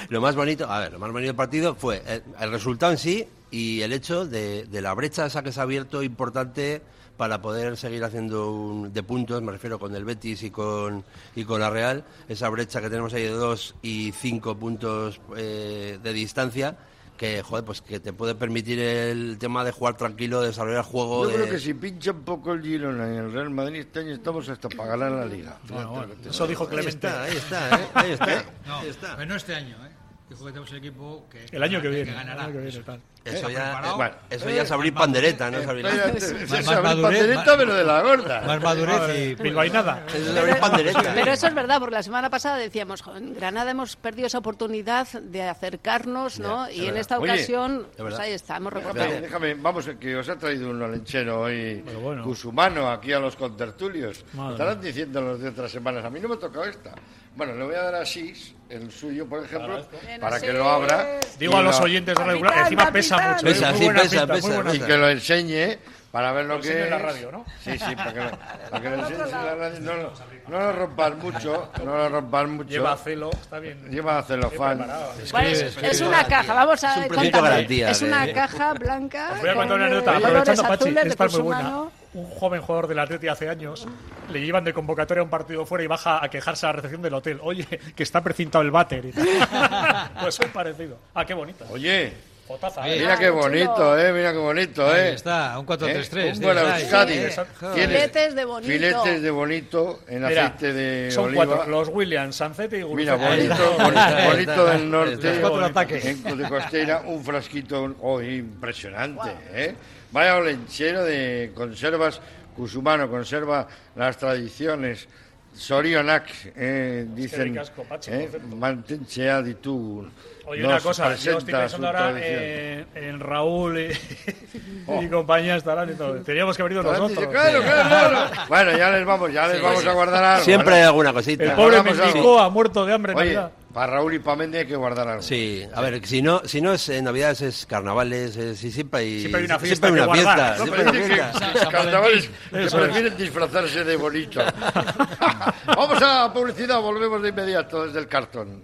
Lo más bonito, a ver, lo más bonito del partido fue el, el resultado en sí y el hecho de, de la brecha esa que se ha abierto importante para poder seguir haciendo un- de puntos, me refiero con el Betis y con, y con la Real, esa brecha que tenemos ahí de dos y cinco puntos eh, de distancia, que joder, pues que te puede permitir el tema de jugar tranquilo, de desarrollar el juego. Yo de- creo que si pincha un poco el Girona y el Real Madrid este año estamos hasta para ganar la Liga. Bueno, bueno, eso dijo Ahí Clemente. está, ahí está, ¿eh? ahí está. [laughs] No, ahí está. pero no este año, ¿eh? Dijo que tenemos el equipo que, El año que viene. ganará. el año que viene, tal. Eso ¿Está ya, preparado? bueno, eso ya es abrir pandereta, no es abrir... eh, Espérate, Más se abre madurez, pandereta, más- pero de la gorda. Más madurez y... Bilbainada. Eso es abrir pandereta. Pero eso es verdad, porque la semana pasada decíamos, "Jo, en Granada hemos perdido esa oportunidad de acercarnos, ¿no? es y en verdad. esta Oye, ocasión, es pues verdad. ahí está, hemos recortado. Déjame, déjame, vamos, que os ha traído un lanchero hoy Pero bueno. Cusumano aquí a los contertulios. Madre Estarán diciendo los de otras semanas. A mí no me ha tocado esta. Bueno, le voy a dar a Sis, el suyo, por ejemplo, Ven, para que Sis. lo abra. Digo a y los lo- oyentes de regular, Capitán, encima pesa capitán. mucho. ¿eh? Pesa, muy sí, buena pesa, pinta, muy pesa, buena pesa. Y pinta. que lo enseñe para ver lo, Lo que enseño es. en la radio, ¿no? Sí, sí, para que lo, para que lo enseñes en la radio. No, lo- no lo rompas mucho, no lo rompas mucho. Lleva celo, está bien. Lleva celofán. preparado. Es ¿Cuál es? es una caja, vamos a Es un ver. proyecto garantía ¿eh? Es de- una caja blanca. Os voy a contar una con, anécdota, eh, aprovechando colores Pachi, azules de esta es muy buena. Cusumano. Un joven jugador del Atleti hace años le llevan de convocatoria a un partido fuera y baja a quejarse a la recepción del hotel. Oye, que está precintado el váter y [laughs] tal. Pues soy parecido. Ah, qué bonita. Oye, Fotaza, ¿eh? mira qué chulo. bonito, eh, mira qué bonito, Ahí eh. está, un 4-3-3. ¿Eh? Un tío, buen está ahí. Euskadi. Eh, joder. Tienes Filetes de bonito. Filetes de bonito en Mira, aceite de son eh, oliva. cuatro. Los Williams, Sancete y Mira, eh. Guruceta. bonito, Ahí bonito, está. bonito del Los norte. cuatro ataques. En de Costeira, un frasquito oh, impresionante. ¿eh? Vaya olenchero de conservas. Cusumano conserva las tradiciones. Sorionak, eh, dicen. ricasco, Pachi, eh, por cierto. mantentxea ditugu. Oye, Nos una cosa, yo estoy presenta pensando su ahora tradición. eh, en Raúl y, [laughs] Oh. y compañía estarán y todo. Teníamos que haber ido Claro, nosotros. [laughs] claro, claro. Bueno, ya les vamos, ya les vamos a guardar algo. Siempre ¿vale? hay alguna cosita. El pobre Hagamos algo. Mendico ha muerto de hambre en Oye, Navidad. para Raúl y para Méndez hay que guardar algo. Sí, a ver, si no, si no es en Navidades, es carnavales, es, y siempre hay, Siempre hay una fiesta siempre hay que una fiesta, guardar. No, siempre pero hay una dicen fiesta. que los carnavales que Eso es. prefieren disfrazarse de bonito. [laughs] [laughs] Vamos a publicidad, volvemos de inmediato desde el cartón.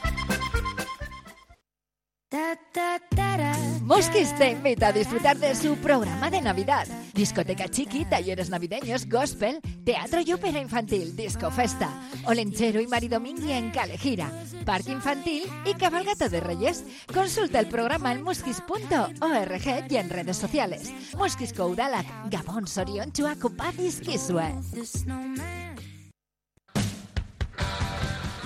Mosquis te invita a disfrutar de su programa de Navidad. Discoteca Chiqui, talleres navideños, gospel, teatro y ópera infantil, disco festa, Olenchero y Maridomingui en Calejira, parque infantil y cabalgata de Reyes. Consulta el programa en mosquis.org y en redes sociales. Mosquis Koudalak, Gabón Sorion Chua, Cupadis Kisue.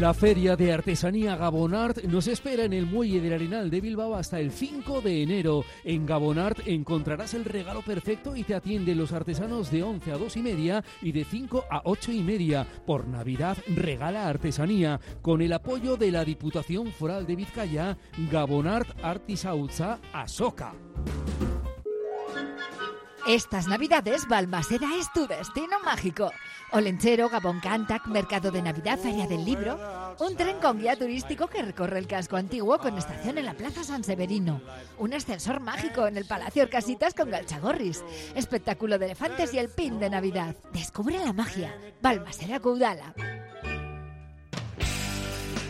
La Feria de Artesanía Gabonart nos espera en el Muelle del Arenal de Bilbao hasta el 5 de enero. En Gabonart encontrarás el regalo perfecto y te atienden los artesanos de 11 a 2 y media y de 5 a 8 y media. Por Navidad regala artesanía. Con el apoyo de la Diputación Foral de Vizcaya, Gabonart Artisautza Asoka. Estas navidades, Balmaseda es tu destino mágico. Olenchero, Gabón Cantac, Mercado de Navidad, Feria del Libro, un tren con guía turístico que recorre el casco antiguo con estación en la Plaza San Severino, un ascensor mágico en el Palacio Orcasitas con Galchagorris, espectáculo de elefantes y el pin de Navidad. Descubre la magia. Balmaseda Caudala.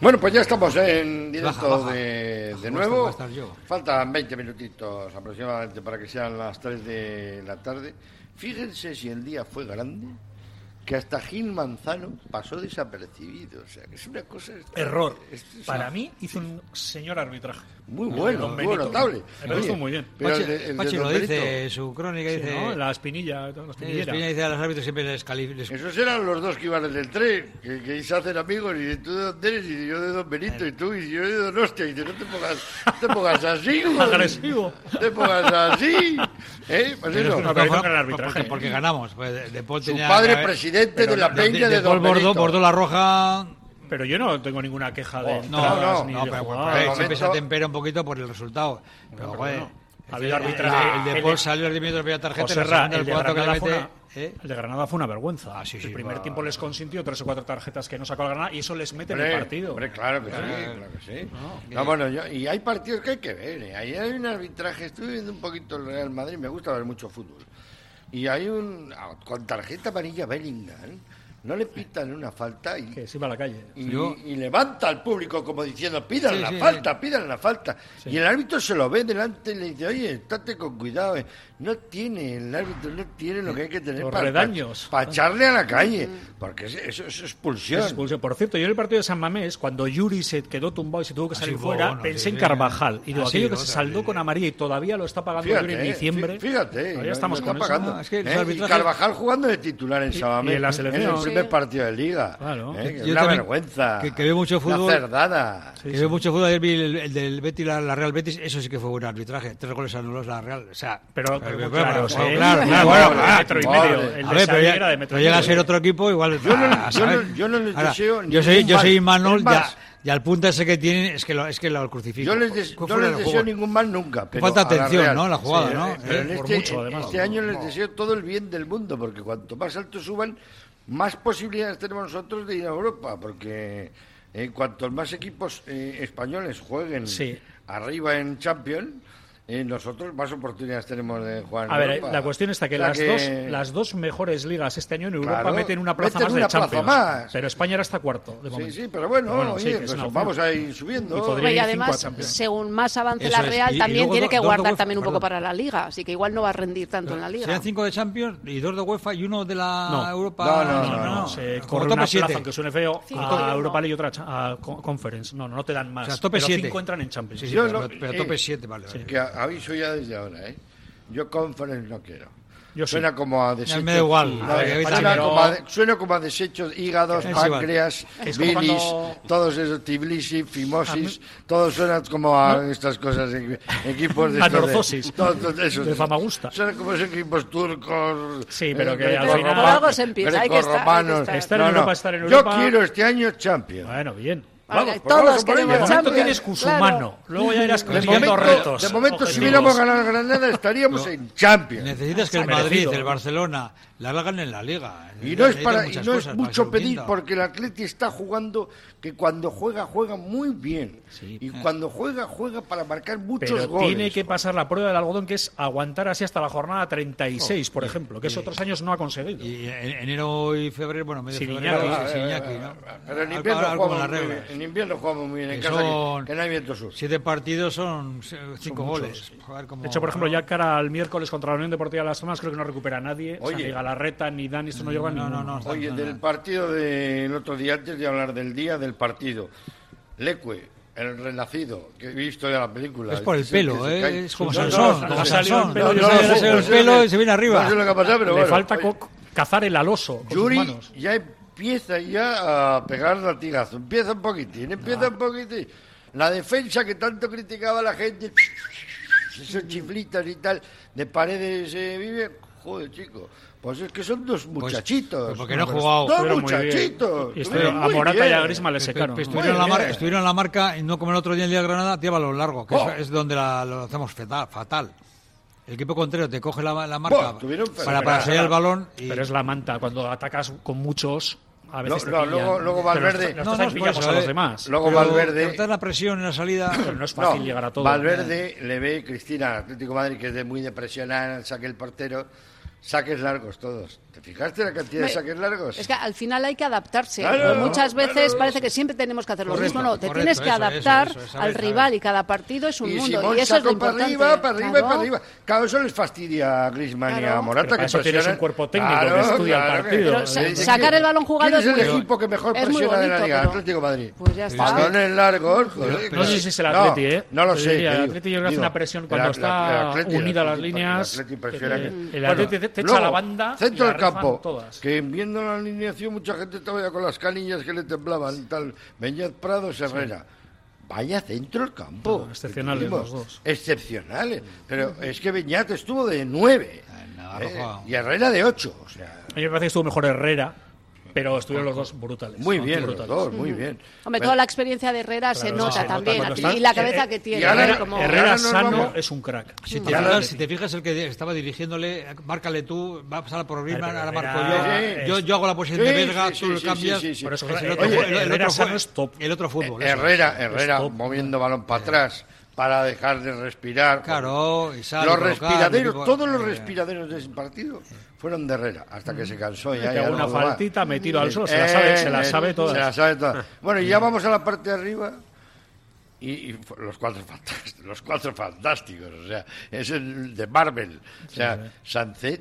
Bueno, pues ya estamos en directo Baja, baja. de, de Justo voy a nuevo. estar yo. Faltan 20 minutitos aproximadamente para que sean las 3 de la tarde. Fíjense si el día fue grande, que hasta Gil Manzano pasó desapercibido. O sea, que es una cosa... Error. es- es- Para mí hizo un señor arbitraje. Muy bueno, Don muy Benito. notable. Me Oye, gustó muy bien. pero Pachi, el de- el de Pachi Don lo dice Benito. en su crónica, Sí, dice... ¿no? La espinilla, la Sí, espinillera. Espiña dice a los árbitros siempre les cali- les- Esos eran los dos que iban en el tren, que, que se hacen amigos, y dice, tú de dónde eres, y yo de Don Benito, y tú, y yo de Don Hostia, y dice, no te pongas, no te [laughs] pongas así, güey. Agresivo. No te pongas así. ¿Eh? Pues Pero eso. es no, que pero fue- con el arbitraje. Porque, porque ganamos. pues, De Paul Su tenía- padre, a ver, presidente pero de la no, Peña de Paul Don bordó, Benito. bordó la roja. Pero yo no tengo ninguna queja de Oh, no, entradas no, ni no, de pero- jugadas. pero- pues, eh, Siempre momento- se tempera un poquito por el resultado. Pero, pero joder. no. es Ha que habido el- arbitraje. El, el de El- Paul salió el primer de la primera tarjeta. José el Ra, segundo, el, de cuarto que le Granada fue mete, una, ¿eh? el de Granada fue una vergüenza. Ah, sí, sí, el primer va. tiempo les consintió tres o cuatro tarjetas que no sacó la Granada y eso les mete en Hombre, el partido. hombre, claro que sí, claro que sí. No, bueno, yo- y hay partidos que hay que ver. ¿eh? Ahí hay un arbitraje. Estuve viendo un poquito el Real Madrid, me gusta ver mucho fútbol. Y hay un. ah, Con tarjeta amarilla Bellingham. no le pitan una falta y, que se iba a la calle. y, Yo- y levanta al público como diciendo, pidan Sí, la sí, falta, pidan la falta. Y el árbitro se lo ve delante y le dice, oye, estate con cuidado. eh". No tiene, el árbitro no tiene lo que hay que tener Los para, redaños. para echarle a la calle. Porque es- eso es expulsión. Es expulsión. Por cierto, yo en el partido de San Mamés, cuando Yuri se quedó tumbado y se tuvo que salir sí, fuera, bueno, pensé sí, en sí. Carvajal. Y digo, Ah, sí, aquello que no, se sí, saldó con amarilla y todavía lo está pagando Fíjate, Yuri en eh, diciembre. fí- Fíjate, Todavía no- estamos no con está eso. pagando. los ¿Eh? Y arbitrajes- Carvajal jugando de titular en Y- Sabamés. y en la selección. el primer Sí. partido de Liga. Claro. ¿Eh? Que Yo es una también- vergüenza. que- que veo mucho fútbol. Una cerdada. que veo mucho fútbol. Ayer vi el, el del Betis, la, la Real Betis. Eso sí que fue buen arbitraje. Tres goles anulados la Real. O sea, pero, pero bueno, claro, bueno, sí. claro, Sí. claro, [laughs] Bueno, bueno, de claro. metro y medio. Vale. El A de ver, pero Xavi ya- era de metro pero y llega a medio. ser otro equipo, igual. Yo no- ah, yo no- ¿sabes? yo no les Ahora, deseo Yo soy, ningún yo mal. soy Imanol, Es ya, más- y al punto ese que tienen es que lo, es que lo crucifico. Yo les des- Fue no fuera les de deseo juego. ningún mal nunca. Pero Falta a la atención, Real. ¿no? La jugada, Sí, ¿no? eh, Pero en Eh, por este, mucho, además. este año les deseo todo el bien del mundo, porque cuanto más alto suban, más posibilidades tenemos nosotros de ir a Europa, porque eh, cuantos más equipos eh, españoles jueguen Sí. arriba en Champions, eh, nosotros más oportunidades tenemos de jugar. en A ver, eh, Europa. la cuestión está que, O sea las, Dos, las dos mejores ligas este año en Europa Claro, meten una plaza meten más una de plaza Champions. más. Pero España era hasta cuarto, de Sí, momento. sí, pero bueno, sí, oye, que es pues una opción. vamos a ir subiendo. Y podría Hombre, y ir cinco a además, Champions. según más avance Eso la es. Real, Y- y también luego tiene do- que dos guardar doce- también un perdón. poco para la Liga, así que igual no va a rendir tanto en la Liga. Serían cinco de Champions y dos de UEFA y uno de la No. Europa. Se Como corre tope una siete. plaza, aunque suene feo, Cinco y a uno. Europa League y otra cha- a co- Conference. No, no, no te dan más. O sea, tope pero siete. cinco entran en Champions. Sí, sí, Yo pero- no- pero tope siete, vale, sí. vale. Que a- aviso ya desde ahora, ¿eh? Yo conference no quiero. Yo sí. suena como a desechos. me da igual. No, A ver, suena, ahorita como no. a, de- suena como a desechos, hígados, Es igual. páncreas, Es como bilis, cuando- todos esos, tiblisi, fimosis, todos suenan como a estas cosas, equi- [laughs] equipos de... estos de- Anorzosis. todos- todos esos. De Famagusta. Suenan como esos equipos turcos. Sí, pero eh, que al grecorromanos, final- Por algo se empieza, hay que estar, hay que grecorromanos. estar. Estar en No, no. Europa, estar en Yo Europa. quiero este año Champions. Bueno, bien. Vamos, Vale, pues vamos a por De ello. momento Champions, tienes Cusumano. claro. Luego ya irás de consiguiendo momento, retos. de momento, si objetivos. hubiéramos ganado a Granada, estaríamos en Champions. Necesitas que el Merecido, Madrid, el ¿no? Barcelona, la hagan en la liga. Y no es, Necesitas para, y muchas no es cosas para mucho ser pedir quinto. porque el Atleti está jugando que cuando juega, juega muy bien. Y cuando juega, juega para marcar muchos Pero goles. tiene que pasar la prueba del algodón, que es aguantar así hasta la jornada 36, por ejemplo, que es otros años no ha conseguido. Y en- enero y febrero, bueno, medio Sin febrero, Iñaki. sin Eh, Iñaki, eh, ¿no? Pero en Algo- invierno, algo con jugamos las muy bien, reglas. en invierno jugamos muy bien. En Que casa que- son- que, no hay viento sur. Siete partidos son eh, cinco muchos, goles. Joder, como- De hecho, por ejemplo, ya cara al miércoles contra la Unión Deportiva de las Tomas, creo que no recupera a nadie. O sea, Oye. ni Galarreta, ni Dani, esto no llega Mm, No, no, no. Oye, del partido del otro día, antes de hablar del día del partido, Leque, el renacido, que he visto ya la película. Es por el Que se- que pelo, se ¿eh? cae. Es como No, no, Sansón, no, como no, Sansón. no, Le no, sale el no, no, no, pelo no, y se viene arriba. No sé lo que ha pasado, pero Le bueno. falta Oye, co- cazar el aloso. Con sus Yuri manos. ya empieza ya a pegar latigazo. Empieza un poquitín, Ah. empieza un poquitín. La defensa que tanto criticaba la gente, esos chiflitas y tal, de paredes eh, vive. Joder, chico. Pues es que son dos muchachitos. pues pero porque no han Dos jugado. Dos Estuvieron muy bien. muchachitos. Y estuvieron- a Muy Morata y a bien. Grisma le secaron. Pues Muy Estuvieron, en la bien. marca, estuvieron en la marca, y no como el otro día en el día de Granada, tía balón largo, que Oh. es, es donde la, lo hacemos fatal, fatal. El equipo contrario te coge la, la marca Buah, tuvieron para, para salir el balón y Pero es la manta, cuando atacas con muchos, a veces No, te no, pillan. luego- luego Pero Valverde- los- los No, estás no, es por pillando eso, a los eh. demás. Luego Pero Valverde. cortar la presión en la salida. Pero no es fácil No, llegar a todo. ¿eh? Valverde le ve Cristina, Atlético de Madrid, que es de muy depresionar, saque el portero, saques largos todos. ¿Te fijaste la cantidad de Me- saques largos? Es que al final hay que adaptarse. Eh, Claro, Muchas claro. veces parece que siempre tenemos que hacer lo Correcto, mismo. No, te correcto, tienes que eso, eso, adaptar eso, eso, al eso, rival eso. y cada partido es un y mundo. Simón y eso es lo sacó para importante. arriba, para arriba, Claro. para arriba. Claro, eso les fastidia a Griezmann y a Claro. Morata. Pero que para eso tienes presionan. un cuerpo técnico que estudia el que- partido. Pero Eh, sa- Le dicen, sacar el balón jugado ¿Quién es es el muy- equipo que mejor es muy presiona de la bonito, Liga? pero- Atlético de Madrid. Pues ya está. Balones largos. joder, Pero- No claro. sé si es el No, Atleti, ¿eh? No lo Yo sé. diría, te El digo. Atleti yo creo que hace Digo, una presión cuando el- está el Atleti- unida a las el Atleti- líneas. El Atleti presiona. que- El Bueno, Atleti te- te echa luego, la banda y Centro la del campo. rifan todas. Que viendo la alineación, mucha gente estaba ya con las canillas que le temblaban. y Tal. Beñat Prado, Herrera. Vaya centro del campo. No, Ah, excepcionales que los tuvimos. dos. Excepcionales. Pero es que Beñat estuvo de nueve. Navarro eh, jugaba. y Herrera de ocho. O sea, A mí me parece que estuvo mejor Herrera, pero estuvieron los dos brutales. muy bien los brutales. dos, muy bien. [laughs] Hombre, Pero- toda la experiencia de Herrera se Claro, nota se nota también. cuando aquí, está- y la cabeza Eh, que tiene. y ahora- ¿no? Como- Herrera- Herrera nos sano vamos. es un crack. Si te, Ya la- fijas, si te fijas, el que estaba dirigiéndole, márcale tú, va a pasar por Griezmann, Pero ahora era- marco Sí. Ah, yo. Yo, yo hago la posición Sí, de verga, sí, tú sí, lo sí, cambias. sí, sí, sí. Por eso, Es el eh, otro, eh, el, el Herrera otro sano fue- es top. Eh, el otro fútbol. eso es. Herrera, Herrera top. moviendo balón para atrás, para dejar de respirar. Claro, y sale Los colocado, respiraderos, tipo- todos los eh. respiraderos de ese partido fueron de Herrera, hasta que se cansó ya. Me ya pegó una no va. faltita, me tiro al suelo, se la sabe- se la sabe todas. Eh, Se la [laughs] sabe todas. Bueno, y ya vamos a la parte de arriba. Y, y fu- los cuatro fantásticos, los cuatro fantásticos, o sea, es el de Marvel, o sea, Sunset,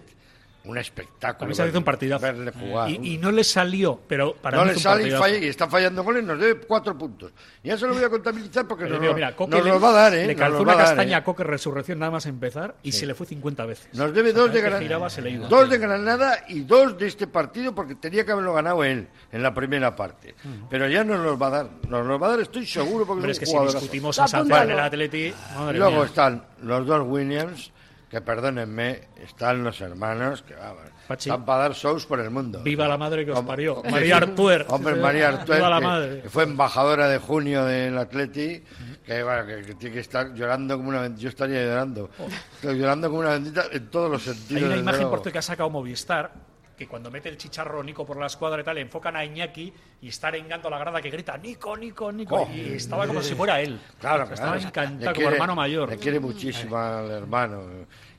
un espectáculo. A mí se me hizo un partidazo. verle jugar. Y, y no le salió, pero para no mí le hizo un sale y, partidazo. falla, y está fallando goles, nos debe cuatro puntos. Y eso lo voy a contabilizar porque Pero nos, digo, lo- mira, Coque nos le- los va a dar, ¿eh? Le Nos calzó los va una a dar, castaña ¿eh? a Coque Resurrección nada más empezar y se le fue 50 veces. Nos debe Cada dos vez de, que Granada, giraba, se le iba. dos de Granada y dos de este partido porque tenía que haberlo ganado él en la primera parte. Pero ya nos los va a dar, nos los va a dar, estoy seguro porque Hombre, es es un que si jugadorazo. discutimos a Sanzet en el Atleti, madre Luego mía. están los dos Williams, que perdónenme, están los hermanos, que vamos, están para dar shows por el mundo. Viva la madre que os parió. Hombre, María sí. Artuer. Hombre, Sí, María sí. Artuer, Viva la que- madre. que fue embajadora de junio del Atleti, que, bueno, que- que tiene que estar llorando como una bend- Yo estaría llorando. Estoy llorando como una bendita en todos los sentidos. Oh. Hay una desde imagen luego. por que ha sacado Movistar que cuando mete el chicharro Nico por la escuadra y tal, le enfocan a Iñaki y está arengando a la grada que grita Nico, Nico, Nico. Oh. y estaba como si fuera él. Claro, claro. Estaba Le encantado, como quiere- hermano mayor. Le quiere muchísimo al hermano.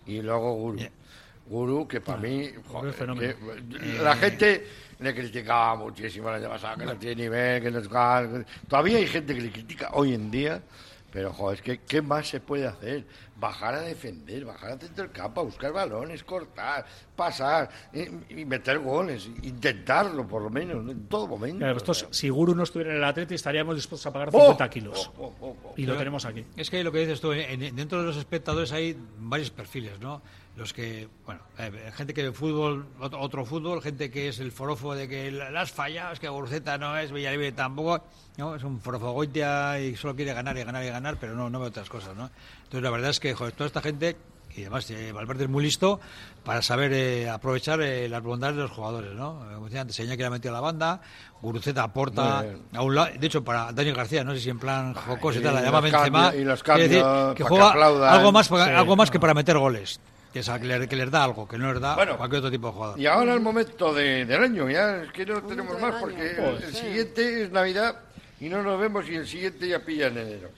Y luego Guru. Guru, que para mí. joder, fenómeno. que- la gente le criticaba muchísimo la pasada, que no tiene nivel, que no es gal- Todavía hay gente que le critica hoy en día. Pero, joder, es que ¿qué más se puede hacer? Bajar a defender, bajar al centro del campo, a buscar balones, cortar, pasar eh, y meter goles. Intentarlo, por lo menos, ¿no? en todo momento. Claro, estos, si Guru no estuviera en el Atleti estaríamos dispuestos a pagar Oh. 50 kilos. Oh, oh, oh, oh. Y lo tenemos aquí. Es que lo que dices tú, en- en- dentro de los espectadores hay varios perfiles, ¿no? Los que, bueno, eh, gente que ve fútbol, otro, otro fútbol, gente que es el forofo de que la- las fallas, que Guruceta no es, Villalibre tampoco, ¿no? Es un forofogoitia y solo quiere ganar y ganar y ganar, pero no, no ve otras cosas, ¿no? Entonces la verdad es que, joder, toda esta gente, y además eh, Valverde es muy listo para saber eh, aprovechar eh, las bondades de los jugadores, ¿no? Eh, Como decía antes, Señá que le ha metido a la banda, Guruceta aporta Muy bien. a un lado, de hecho para Daniel García, no sé si en plan jocoso y y tal, Pues la los llama Benzema, cambios- y los quiere decir, cambios que pa' que juega aplaudan. algo más, pa- Sí. Ah. algo más que para meter goles. Que, es, a- que, le, que les da algo, que no les da Bueno, cualquier otro tipo de jugador. Y ahora el momento de- del año, ya es que no tenemos más del porque año. Pues el, el siguiente es Navidad y no nos vemos y el siguiente ya pilla en enero.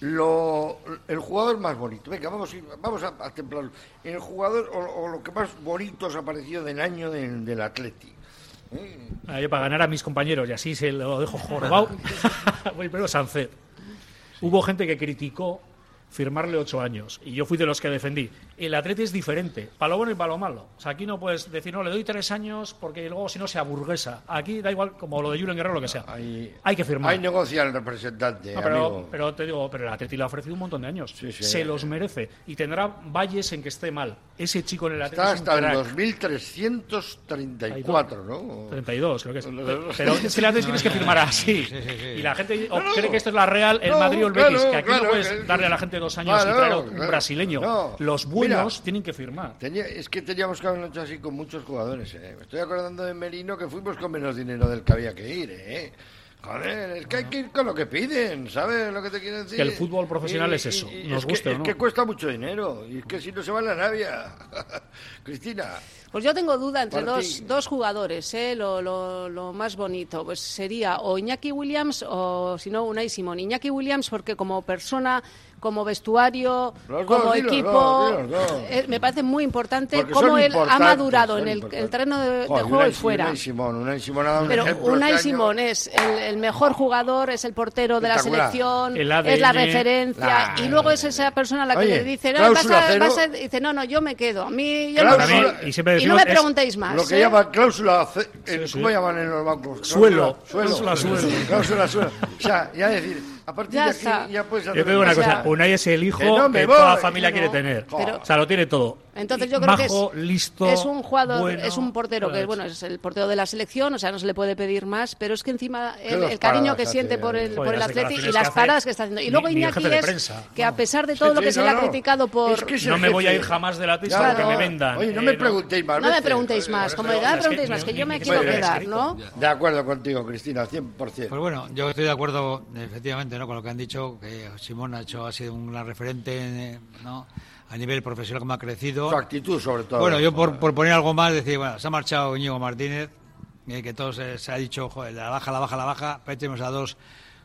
Lo, el jugador más bonito, venga, vamos, a ir- vamos a, a templarlo. El jugador o, o lo que más bonito os ha parecido del año del, del Atleti. Ah, yo para ganar a mis compañeros, y así se lo dejo jorobado, voy pero Sancet. Hubo gente que criticó firmarle ocho años, y yo fui de los que defendí. El atleta es diferente, para lo bueno y para lo malo. O sea, aquí no puedes decir, no, le doy tres años porque luego si no se aburguesa. Aquí da igual, como lo de Julen Guerrero, lo que sea. Hay, Hay que firmar. Hay negocia el representante, No, pero, amigo. pero te digo, pero el Atleti le ha ofrecido un montón de años. sí. Se los merece. Y tendrá valles en que esté mal. Ese chico en el Atleti Está es un hasta el crack. 2334, ¿no? 32, creo que es. Pe- Pero es que la Atleti tienes que firmar así. Y la gente o No, no. cree que esto es la Real, el No, Madrid o el claro, Betis. Que aquí claro, no puedes que- darle a la gente dos años y Claro, traer a un claro. brasileño. No. Los Mira. buenos tienen que firmar. Tenía- es que teníamos que haberlo hecho así con muchos jugadores. ¿eh? Me estoy acordando de Merino que fuimos con menos dinero del que había que ir. ¿eh? Joder, es que hay que ir con lo que piden, ¿sabes lo que te quiero decir? Que el fútbol profesional es eso, nos es guste que, o es no. que cuesta mucho dinero y es que si no se va a la Arabia. [laughs] Cristina, Pues yo tengo duda entre Para ti. dos, dos jugadores, ¿eh? lo, lo- lo más bonito. Pues sería o Iñaki Williams o, si no, Unai Simón. Iñaki Williams porque como persona, como vestuario, Los como dos, di los equipo, dos, di los dos. eh, me parece muy importante Porque Este, cómo son él ha importantes, madurado son en el, importantes. el terreno de, de Joder, juego y Unai- fuera. Unai Simón, Unai Simón ha dado un Pero ejemplo Unai este año. Simón es el, el mejor jugador, es el portero de la Espectacular. selección, El es la ADN. referencia. Nah. y luego es esa persona a la que Oye, le dice, no, vas cláusula a- cero. vas a-". dice, no, no, yo me quedo. A mí, yo Cláusula- no me- También, y siempre no decimos, me es preguntéis más. Lo que ¿eh? llaman cláusula. ce- eh, Sí, ¿Cómo sí. llaman en los bancos? Suelo. Cláusula Cláusula suelo. suelo. [laughs] Cláusula suelo. O sea, ya decir, a partir Ya de está. aquí ya puedes hacer. Yo te digo lo una que cosa, sea. Unai es el hijo Que no me que toda voy, familia que quiere no. tener. Pero- o sea, lo tiene todo. Entonces yo creo Majo, que es, listo, es un jugador, bueno, pues. es un portero que bueno es el portero de la selección, o sea no se le puede pedir más, pero es que encima el, dos el cariño paradas que hace, siente por Joder, el, por el las Atleti y declaraciones las que hace, paradas que está haciendo. Y ni- luego ni el Iñaki jefe de es prensa, que a pesar de Sí, todo lo sí, que se no, le ha no. criticado por Es que es el No me voy a jefe. ir jamás del Atleti Claro. porque me vendan. Oye, no Eh, me preguntéis más. no me veces. preguntéis más, como de, no, "Ah, es que preguntéis ni- más, que ni- yo me ni quiero puede haber quedar, escrito. ¿no? De acuerdo contigo, Cristina, 100%. Pues bueno, yo estoy de acuerdo efectivamente ¿no? con lo que han dicho, que Simón ha, hecho, ha sido un gran referente eh, ¿no? a nivel profesional como ha crecido. Su actitud, sobre todo. Bueno, yo por, por poner algo más, decir, bueno, se ha marchado Íñigo Martínez, eh, que todos eh, se ha dicho, joder, la baja, la baja, la baja, pero ahí tenemos a dos,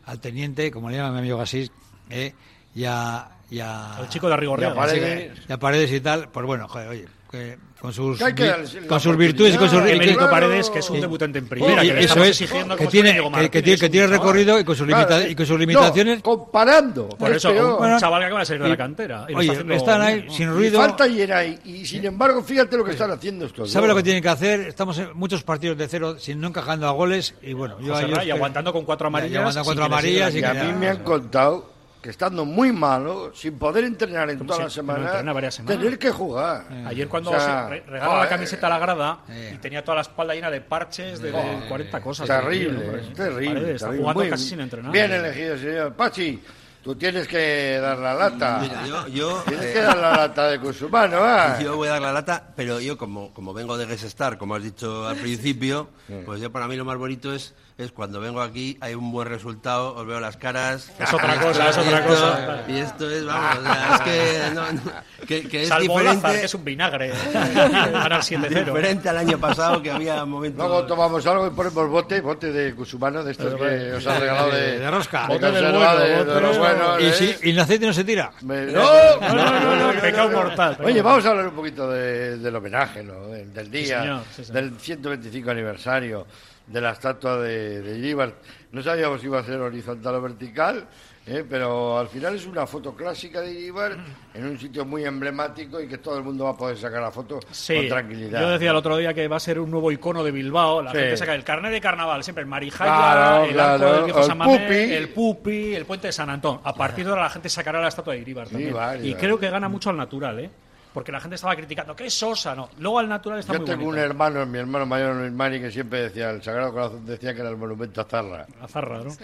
al teniente, como le llama mi amigo Gasís, ¿eh? y a. Y a Al chico de Arrigorriaga. Y a Paredes, y a Paredes y tal. Pues bueno, joder, oye. que con sus, Que hay que vi- darles la con sus virtudes y con sus. Emérico y que- Paredes, que es un Sí. debutante en primera, Y que le eso estamos es. exigiendo Que como tiene, Íñigo que- que, Martínez, tiene, que un tiene chaval. recorrido y con sus, Claro, limita- es- y con sus no, limitaciones. comparando. Por eso, es un peor. chaval que acaba de salir de la cantera. y lo Oye, está haciendo están ahí bien, ¿no? sin ruido. Y falta Yeray. Y sin embargo, fíjate lo que están haciendo estos. Sabe dos. lo que tienen que hacer. Estamos en muchos partidos de cero, sin no encajando a goles. Y bueno, yo José ahí Ra, y espero- aguantando con cuatro Ya, y amarillas. aguantando sin cuatro que le sirva amarillas Y a mí me han contado que estando muy malo, sin poder entrenar en toda se- la pero entrena semana, varias semanas. Eh. tener que jugar. Eh. Ayer cuando O sea, se re- regalaba joder, la camiseta a la grada y tenía toda la espalda llena de parches de, de 40 cosas. Terrible, Hombre, es terrible. Paredes, está terrible. jugando Muy casi sin entrenar. Bien eh. elegido, señor. Pachi, tú tienes que dar la lata. Mira, yo- yo, tienes eh, que dar la lata de Cusumano, ¿ah? Yo voy a dar la lata, pero yo como, como vengo de Guest Star, como has dicho al principio, pues yo para mí lo más bonito es, es cuando vengo aquí, hay un buen resultado, os veo las caras. Es otra cosa, Y es otra esto- cosa. Y esto es, vamos, o sea, es que, no, no, que- que es Salvo diferente. Lázaro, que es [laughs] un vinagre. Ganar ¿eh? 7-0. Diferente al año pasado que había momentos. Luego tomamos algo y ponemos bote, bote de Cusumano, de estos que os han regalado de, de rosca. De conserva, de, de los buenos, y, ¿eh? si, y el aceite no se tira. Me- Eh, ¡No! [laughs] no, no, no, no, pecado no, no. mortal. Oye, vamos a hablar un poquito de- del homenaje, ¿no? del, del día, señor, sí, señor. del 125 aniversario de la estatua de, de Iribar. No sabíamos si iba a ser horizontal o vertical, ¿eh? pero al final es una foto clásica de Iribar en un sitio muy emblemático y que todo el mundo va a poder sacar la foto Sí, con tranquilidad. Yo decía el otro día que va a ser un nuevo icono de Bilbao. La Sí. gente saca el carnet de carnaval, siempre el Marijaya, Claro, el claro, arco del viejo el San Mamés, Pupi. el Pupi, el puente de San Antón. A partir de ahora la gente sacará la estatua de Iribar también. Iribar, y Iribar. creo que gana mucho al natural, ¿eh? Porque la gente estaba criticando, ¡qué sosa! No, luego al natural está Yo muy ¿eh? tengo bonito. un hermano, mi hermano mayor Luis Mari, que siempre decía, el Sagrado Corazón decía que era el monumento a Zarra. A Zarra, ¿no? [laughs]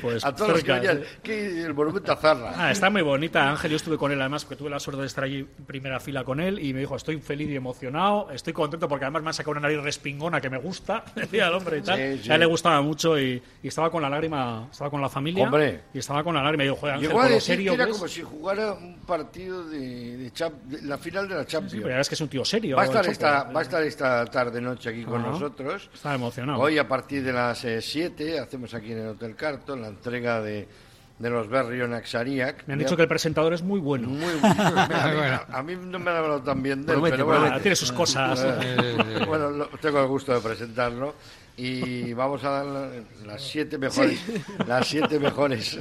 Pues a todos los que cerca, oían, sí. "¿Qué- el monumento a Zarra. Ah, está muy bonita, Ángel. Yo estuve con él, además, porque tuve la suerte de estar allí en primera fila con él. Y me dijo: Estoy feliz y emocionado, estoy contento porque además me han sacado una nariz respingona que me gusta. [laughs] Decía el hombre y tal. Sí, sí. A él le gustaba mucho y, y estaba con la lágrima, estaba con la familia. Hombre. Y estaba con la lágrima. Y yo, joder, Ángel, Llegó a con lo decir serio. que era que es". como si jugara un partido de, de Champ- de la final de la Champions. Pero ya ves que es un tío serio. ¿eh? va, a estar el Chopo. esta, va a estar esta tarde noche aquí con Ajá. nosotros. Está emocionado. Hoy a partir de las 7 hacemos aquí en el Hotel Carton la entrega de, de los Berrión Axariac. Me han dicho que el presentador es muy [laughs] bueno. Muy a, mí, a mí no me han hablado tan bien de él, Promete, pero bueno. promete. Ah, Tiene sus [laughs] cosas. Eh, bueno, lo- tengo el gusto de presentarlo. Y vamos a dar la- las siete mejores, [laughs] las siete mejores,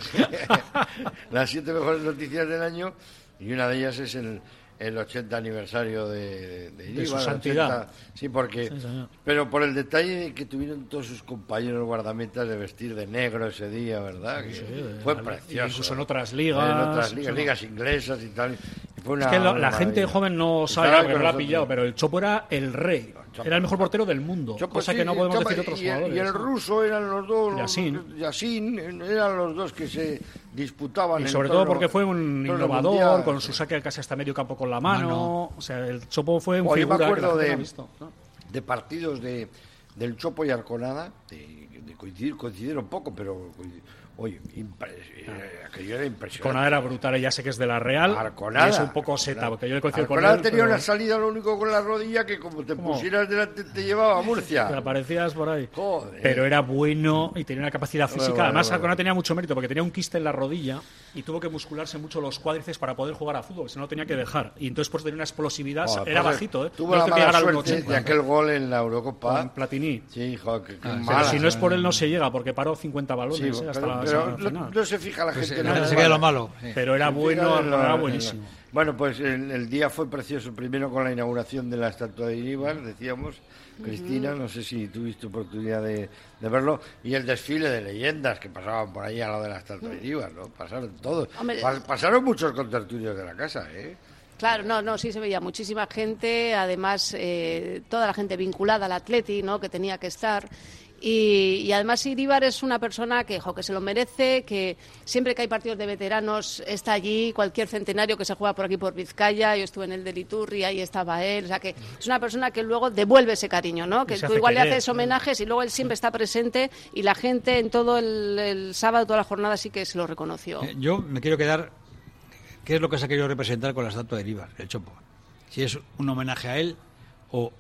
[laughs] las siete mejores noticias del año. Y una de ellas es el, el 80 aniversario de, de, De su Iribar, el santidad. 80. sí, porque, Sí, señor. pero por el detalle de que tuvieron todos sus compañeros guardametas de vestir de negro ese día, ¿verdad? Que fue vale. precioso. Incluso en otras ligas, En otras ligas, incluso- ligas inglesas y tal. y fue Es una- que la, una la gente maravilla. joven no Estará sabe, ya, con porque no la ha nosotros. pillado, pero el Chopo era el rey. Chopo. Era el mejor portero del mundo. Chopo, cosa pues sí, que no sí, podemos Chopo, decir de otros y, el- jugadores. Y el ruso eran los dos. Yassin. los- Yassin, eran los dos que se disputaban. Y en sobre torno- todo porque fue un torno innovador, mundial. con su saque casi hasta medio campo con la mano. Mano. O sea, el Chopo fue un Oye, figura me que la acuerdo gente no ha de, visto. de partidos de, del Chopo y Arconada, de, de coincidir, coincidieron poco, pero coinci- oye, impre- eh, aquello era Arconada impresionante. era brutal, ya sé que es de la Real. Arconada. y es un poco seta, porque yo le coincido con Arconada él, tenía pero una salida, lo único con la rodilla, que como te ¿Cómo? pusieras delante te llevaba a te Murcia. aparecías por ahí. Joder. Pero era bueno y tenía una capacidad Bueno, física. bueno, Además, bueno. Arconada tenía mucho mérito porque tenía un quiste en la rodilla y tuvo que muscularse mucho los cuádriceps para poder jugar a fútbol, si no lo tenía que dejar. Y entonces, por eso tenía una explosividad. Joder, era pues, bajito, ¿eh? Tuvo No la creo que mala llegara al suerte 1,80. de aquel gol en la Eurocopa. Con Platini. Sí, joder, qué- qué Ah, Pero mala. si no es por él, no se llega porque paró 50 balones ¿eh? Sí, eh, hasta pero- la pero semana no- final. no se fija la Pues, gente eh, en no lo se malo. queda lo malo. Sí. Pero era Se fija bueno, en lo- era en lo- buenísimo. Bueno, pues el, el día fue precioso. Primero con la inauguración de la estatua de Iríbar, decíamos, Cristina, no sé si tuviste oportunidad de, de verlo, y el desfile de leyendas que pasaban por ahí a lado de la estatua de Iríbar, ¿no? Pasaron todos. Hombre. Pa- pasaron muchos contertulios de la casa, ¿eh? Claro, no, no, sí se veía muchísima gente, además eh, toda la gente vinculada al Atleti, ¿no? Que tenía que estar. Y, y además Iribar es una persona que, jo, que se lo merece, que siempre que hay partidos de veteranos está allí, cualquier centenario que se juega por aquí por Vizcaya, yo estuve en el de Liturri, ahí estaba él, o sea que es una persona que luego devuelve ese cariño, ¿no? Y Que se tú hace igual le querer, haces ¿no? homenajes y luego él siempre está presente y la gente en todo el, el sábado, toda la jornada sí que se lo reconoció. Eh, Yo me quiero quedar. ¿Qué es lo que se ha querido representar con la estatua de Ibar, el Chopo? Si es un homenaje a él o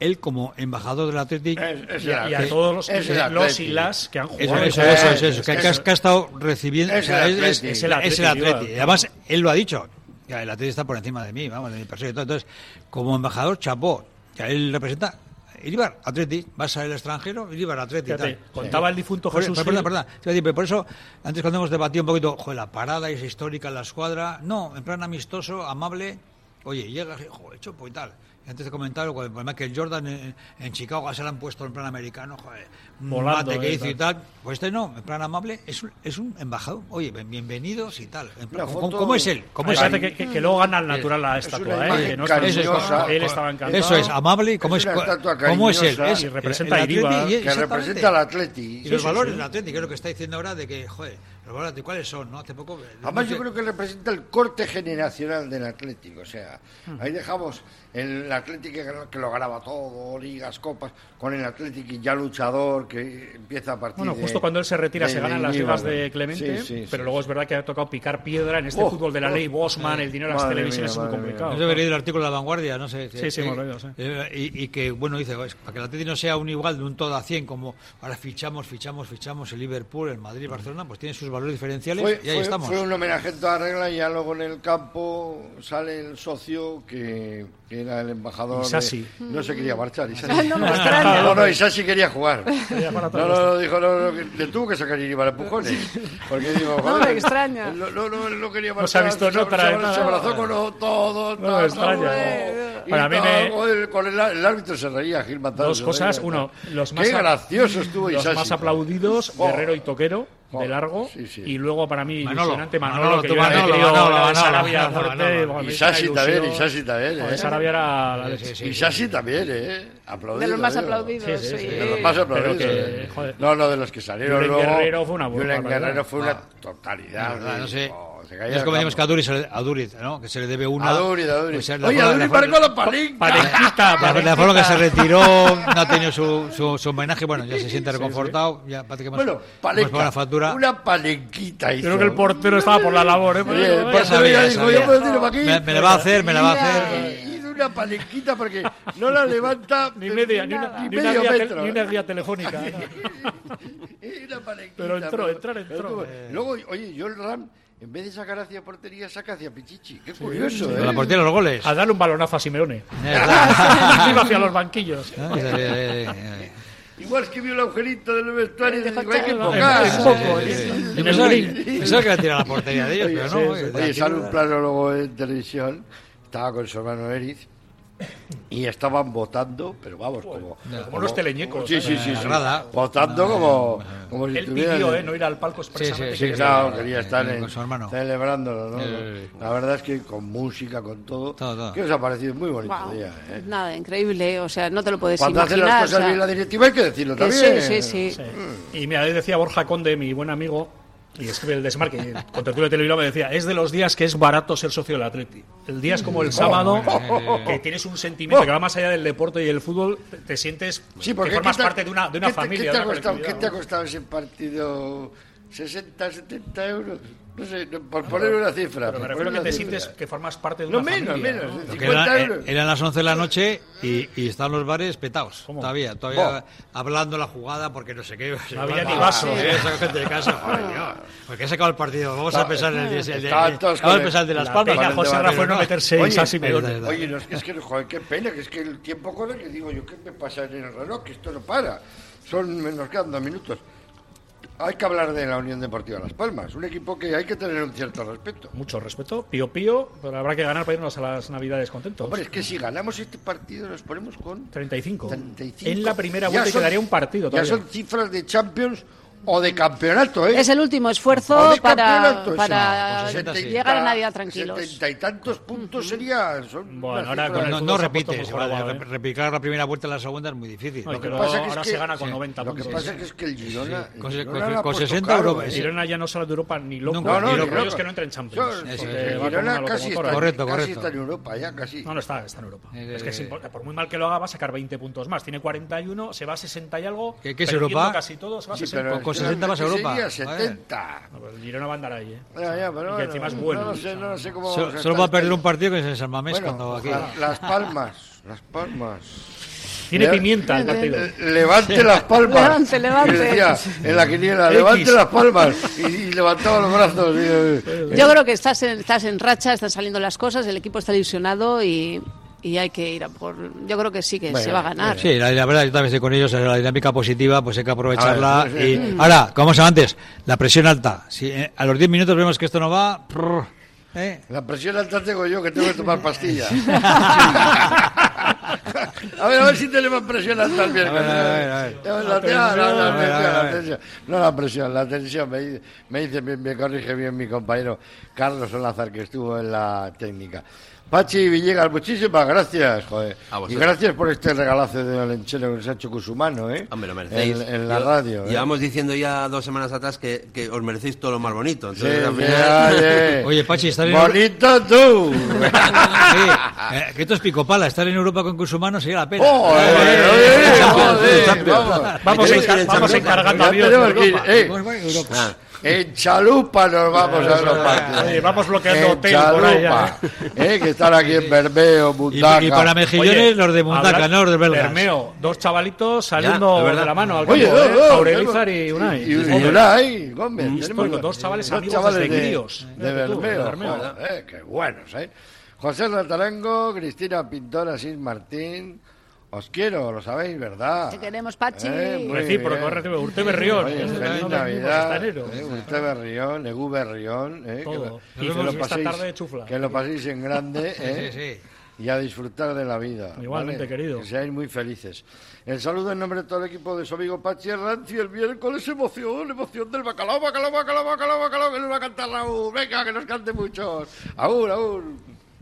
él como embajador del Atlético es y, el y a todos los, es que- el los Athletic. y las que han Eso, jugado. eso, con eso, él. eso, eso, que, que has- que ha estado recibiendo. Es el o sea, es, Athletic. es el Athletic. Es el Athletic, Y además, él lo ha dicho. Ya, el Atleti está por encima de mí, vamos, de mi persona y todo. Entonces, como embajador, chapó. Ya él representa. Iribar, Atleti, vas al extranjero, Iribar, Atleti. Fíjate, tal. contaba el difunto Por- Jesús por- Perdón, [laughs] Gil- perdón. Te iba a decir, pero por eso, antes cuando hemos debatido un poquito, joder, la parada es histórica en la escuadra. No, en plan amistoso, amable. Oye, llega, joder, chopo y tal. Y Antes de comentarlo, cuando Michael Jordan en, en Chicago se le han puesto en plan americano, joder, un Volando, mate que eh, hizo y tal. tal. Pues este no, en plan amable, es un, es un embajador. Oye, ben- bienvenidos y tal. En plan, La ¿cómo, foto- cómo es él? ¿Cómo Ahí es parece él? que- que- que luego gana al natural la estatua, una ¿eh? imagen Que no está- cariñosa. él estaba encantado. Eso es, amable. y ¿Cómo Es es, una estatua cómo es él? cariñosa Es, y representa el a Iribar. Atleti, Que exactamente. representa al Atleti. Y Sí, los sí, valores sí. del Atleti, que es lo que está diciendo ahora de que, joder, los valores de cuáles son, ¿no? Hace poco... eh, Además, yo creo que representa el corte generacional del Atlético. O sea, Hmm. ahí dejamos el Atlético que, ganó- que lo ganaba todo, ligas, copas, con el Atlético ya luchador que empieza a partir Bueno, de- justo cuando él se retira de- se ganan de las Ibar. divas de Clemente, Sí, sí, sí. pero luego es verdad que ha tocado picar piedra en este Oh, fútbol de la oh. ley Bosman, el dinero a las Madre televisiones mía, es muy madre complicado. mía. Yo he leído el artículo de La Vanguardia, no sé. Sí, sí, hemos leído, sí. eh, Y, y que, bueno, dice, "Oye, para que el Atlético no sea un igual de un todo a 100, como ahora fichamos, fichamos, fichamos el Liverpool, el Madrid, Barcelona, pues tiene sus valores diferenciales Mm. Fue, y ahí fue- estamos. fue un homenaje en toda regla y ya luego en el campo sale el socio que, que era el embajador. de- Isasi. no se quería marchar. Ah, Isasi. no me extraña. No, no, Isasi quería jugar. Quería jugar a todo No, no, esto. no, dijo, no, no, que le tuvo que sacar Iribar a empujones. Porque digo, No joder, me extraña. No, no, no, él no quería marchar. No se ha visto en se otra, abrazó- ¿eh? Se abrazó con los- todos. No me tal, extraña. tal, y Bueno, a mí tal, me- joder, Con el, el árbitro se reía, Gil Matar. Dos cosas, uno, los más Qué a- gracioso estuvo los Isasi. más aplaudidos, Oh. Guerrero y Toquero de largo y luego para mí Manolo. impresionante Manolo, Manolo, que tú yo era Manolo, de crío, Manolo, era de Manolo, Sarabia Manolo, fuerte, Manolo. bueno, me Y hizo una Sassi ilusión. también, y Sassi también, Joder, ¿eh? Sarabia era la leche. Y Sassi también, ¿eh? Aplaudido, De los más ¿eh? aplaudidos, Sí, sí, sí. sí. De los más Pero aplaudidos. que, ¿eh? joder. No, no, de los que salieron Julen luego. Guerrero fue una Julen barbaridad. Guerrero fue una Ah. totalidad. La verdad, no sé. Oh, se Es caía como la decimos que a Duriz, a Duriz, ¿no? Que se le debe una. A Duriz, a Duriz. pues es Oye, forma- a Duriz forma- marcó la palinca. Palenquita, La- La, palenquita. forma que se retiró, no ha tenido su, su, su homenaje, bueno, ya se [laughs] siente reconfortado. Ya parece que hemos, Bueno, hemos palenca. pagado la factura. Una palenquita hizo. Creo que el portero estaba por la labor, ¿eh? Oye, el Bueno, portero sabía, ya ya dijo, sabía. yo puedo decirlo para aquí. Me- me la va a hacer, me la va a hacer. Y de una palenquita porque no la levanta ni media, ni una, ni una medio guía, tel- metro. ¿eh? ni una guía telefónica. Era palenquita, Pero entró, entrar, entró. pero tuvo- Eh. Luego, oye, yo el Ram, en vez de sacar hacia portería, saca hacia Pichichi. Qué curioso, ¿eh? Con la portera los goles. A darle un balonazo a Simeone. verdad. Iba hacia los banquillos. Eh, eh, eh, Igual que vio el agujerito del vestuario, dijo, hay que En- en enfocar. poco, Sí, sí, en- sí. eh. en Yo el pensaba green. que- pensaba que la tiraba la portería de ellos, Oye, pero sí, no. sí, eh, oye, la sale un tira- plano luego en televisión, estaba con su hermano Eriz y estaban votando, pero vamos, como... Como unos teleñecos. ¿eh? Sí, sí, sí, la sí. grada. Votando como, como si Él estuvieran pidió, en- ¿eh? No ir al palco Sí, expresamente. sí, que sí, quería- Claro, sí, quería sí, estar sí, en- con su hermano. celebrándolo, ¿no? Eh, La verdad es que con música, con todo. Todo, todo. ¿Qué os ha parecido? Muy bonito Guau. pues día, ¿eh? Nada, increíble, o sea, no te lo puedes Cuando hacen imaginar. las o cosas sea, bien la directiva hay que decirlo que también. sí, sí, sí. Y mira, ahí decía Borja Conde, mi buen amigo, y escribe el desmarque, el contertulio de Telebilbao, me decía, es de los días que es barato ser socio del Atleti. El día es como Mm. el sábado, Oh, que tienes un sentimiento que va más allá del deporte y el fútbol, te, te sientes Sí, que porque formas ¿qué te- parte de una, de una qué te- familia. ¿qué de te, ha una costado, colectividad, qué te ha ¿no? costado ese partido? ¿60, 70 euros? No sé, no, por poner una cifra. Pero me por refiero poner que te una sientes cifra. que formas parte de No, una menos, familia. menos, ¿no? es decir, Porque eran, 50 eh, euros. eran las 11 de la noche y, y están los bares petados. Todavía, todavía hablando la jugada porque no sé qué. No había ni vaso. Sí, esa gente de casa, joder, Dios, porque ha sacado el partido. Vamos a pensar en el, el, el- Estaban todos vamos a con pensar en el de el- las la palmas. pena, con el José de Rafa, Barrio, no meterse en Sassi ahí está, Meone. ahí está. Oye, no, es que, es que, joder, qué pena, que es que el tiempo corre, que digo yo, ¿qué me pasa en el reloj? Que esto no para. Son, nos quedan dos minutos. Hay que hablar de la Unión Deportiva Las Palmas, un equipo que hay que tener un cierto respeto. Mucho respeto, pío pío, pero habrá que ganar para irnos a las Navidades contentos. Hombre, es que si ganamos este partido nos ponemos con 35. 35. En la primera Ya vuelta son- quedaría un partido Ya todavía. son cifras de Champions o de campeonato, ¿eh? Es el último esfuerzo O de para, campeonato, para sí. Sesenta y- llegar a Navidad tranquilos. Setenta y tantos puntos sería. son Bueno, unas ahora cifras- con el No, no fútbol se ha puesto repites, muy vale, jorobado, rep- ¿eh? replicar la primera vuelta a la segunda es muy difícil. No, Lo que pero pasa que es ahora que- se gana con sí, 90 Lo que puntos. pasa que es que el Girona. Con- el con- Girona lo con ha puesto 60 caro, euros, ¿eh? sí. Girona ya no sale de Europa ni loco. Nunca, No, ni no, loco. Europa. Ellos que no entran en Champions. Yo- eh, Eso, porque eso. va como Girona una casi está, locomotora. Correcto, casi correcto. está en Europa, ya casi. No, no está, está en Europa. Eh, es que es eh, impo- por muy mal que lo haga, va a sacar 20 puntos más. Tiene 41, se va a 60 y algo. ¿Qué- qué es perdiendo Europa? Casi todo, se va a Sí, 60. pero con el 60 más Girona Europa. Sería Vale. 70. No, pues el Girona va a andar ahí, ¿eh? Ya, ya, y que pero bueno, encima es bueno. No lo sé, no lo sé cómo. vamos Solo, solo a va a estar. pues perder un partido que es en San Mamés Bueno, cuando aquí. la- Las Palmas, Las Palmas. Tiene pimienta el Eh, partido. Levante las palmas. Levante, levante. Y decía en la quiniela, X. levante las palmas. Y, y levantaba los brazos. Yo creo que estás en, estás en racha, están saliendo las cosas, el equipo está ilusionado y, y hay que ir a por. Yo creo que sí que se va a eh, ganar. Ah, Sí, la, la verdad, yo también estoy con ellos, la dinámica positiva, pues hay que aprovecharla. A ver, sí, Mm. sí. y ahora, como hemos hablado antes, la presión alta. Si eh, a los 10 minutos vemos que esto no va, prrr, ¿eh? La presión alta tengo yo que tengo que tomar [laughs] pastillas. a ver, a ver si tenemos presión alta el miércoles. A ver, a ver, a ver. La, La tensión, la- la- la presión, a ver, a tensión, la ver. tensión. No la presión, la tensión. Me, dice- me dice, bien- me corrige bien mi compañero Carlos Olazar, que estuvo en la técnica. Pachi Villegas, muchísimas gracias, joder. A Y vosotros. gracias por este regalazo de Olenchero que nos ha hecho Cusumano, ¿eh? Hombre, Ah, lo merecéis. En, en la Yo- radio. ¿eh? Llevamos diciendo ya dos semanas atrás que, que os merecéis todo lo más bonito. Sí, Entonces, al sí, final- oye. Oye, Pachi, está bien. [laughs] Bonito tú. eh, que esto es picopala, estar en Europa con Cusumano sería la pena. ¡Joder, oye, joder, eh, vamos. Vamos Ahí encar- tenemos que ir vamos en encargando Europa. aviones Tenemos de que ir, Europa. eh, Vamos a Europa. Ah. En chalupa nos vamos a Europa. Oye, vamos bloqueando En hotel por ahí, chalupa, eh, que están aquí en Bermeo, Mundaca. y para mejillones, los de Mundaca, hablar- no los de belgas. Bermeo, dos chavalitos saliendo es verdad. de la mano. Al Oye, campo, dos, ¿eh? dos, Aurelizar tenemos- y Unai. y- y Joder. Unai Gómez. Históricos, Tenemos dos chavales amigos chavales desde de, críos. De Fíjate tú, Bermeo. de Bermeo. joder, eh, qué buenos, ¿eh? José Natarango, Cristina Pintora, Asís Martín. Os quiero, lo sabéis, ¿verdad? Eh, Te queremos, Pachi. muy Recíproco, bien. recíproco. Urte Berrión. Oye, Es verdad, Feliz no dormimos Navidad. hasta enero. eh, Urte Berrión, Egu Berrión. eh, Todo. que- Y que nos lo vemos esta paséis- tarde chufla. Que lo paséis en grande. eh, [laughs] sí, Y a disfrutar de la vida. Igualmente, querido. Que seáis muy felices. El saludo en nombre de todo el equipo de su amigo Pachi Rancio. El miércoles emoción, emoción del bacalao, bacalao, bacalao, bacalao, bacalao, que nos va a cantar Raúl. Venga, que nos cante muchos. Aún, aún.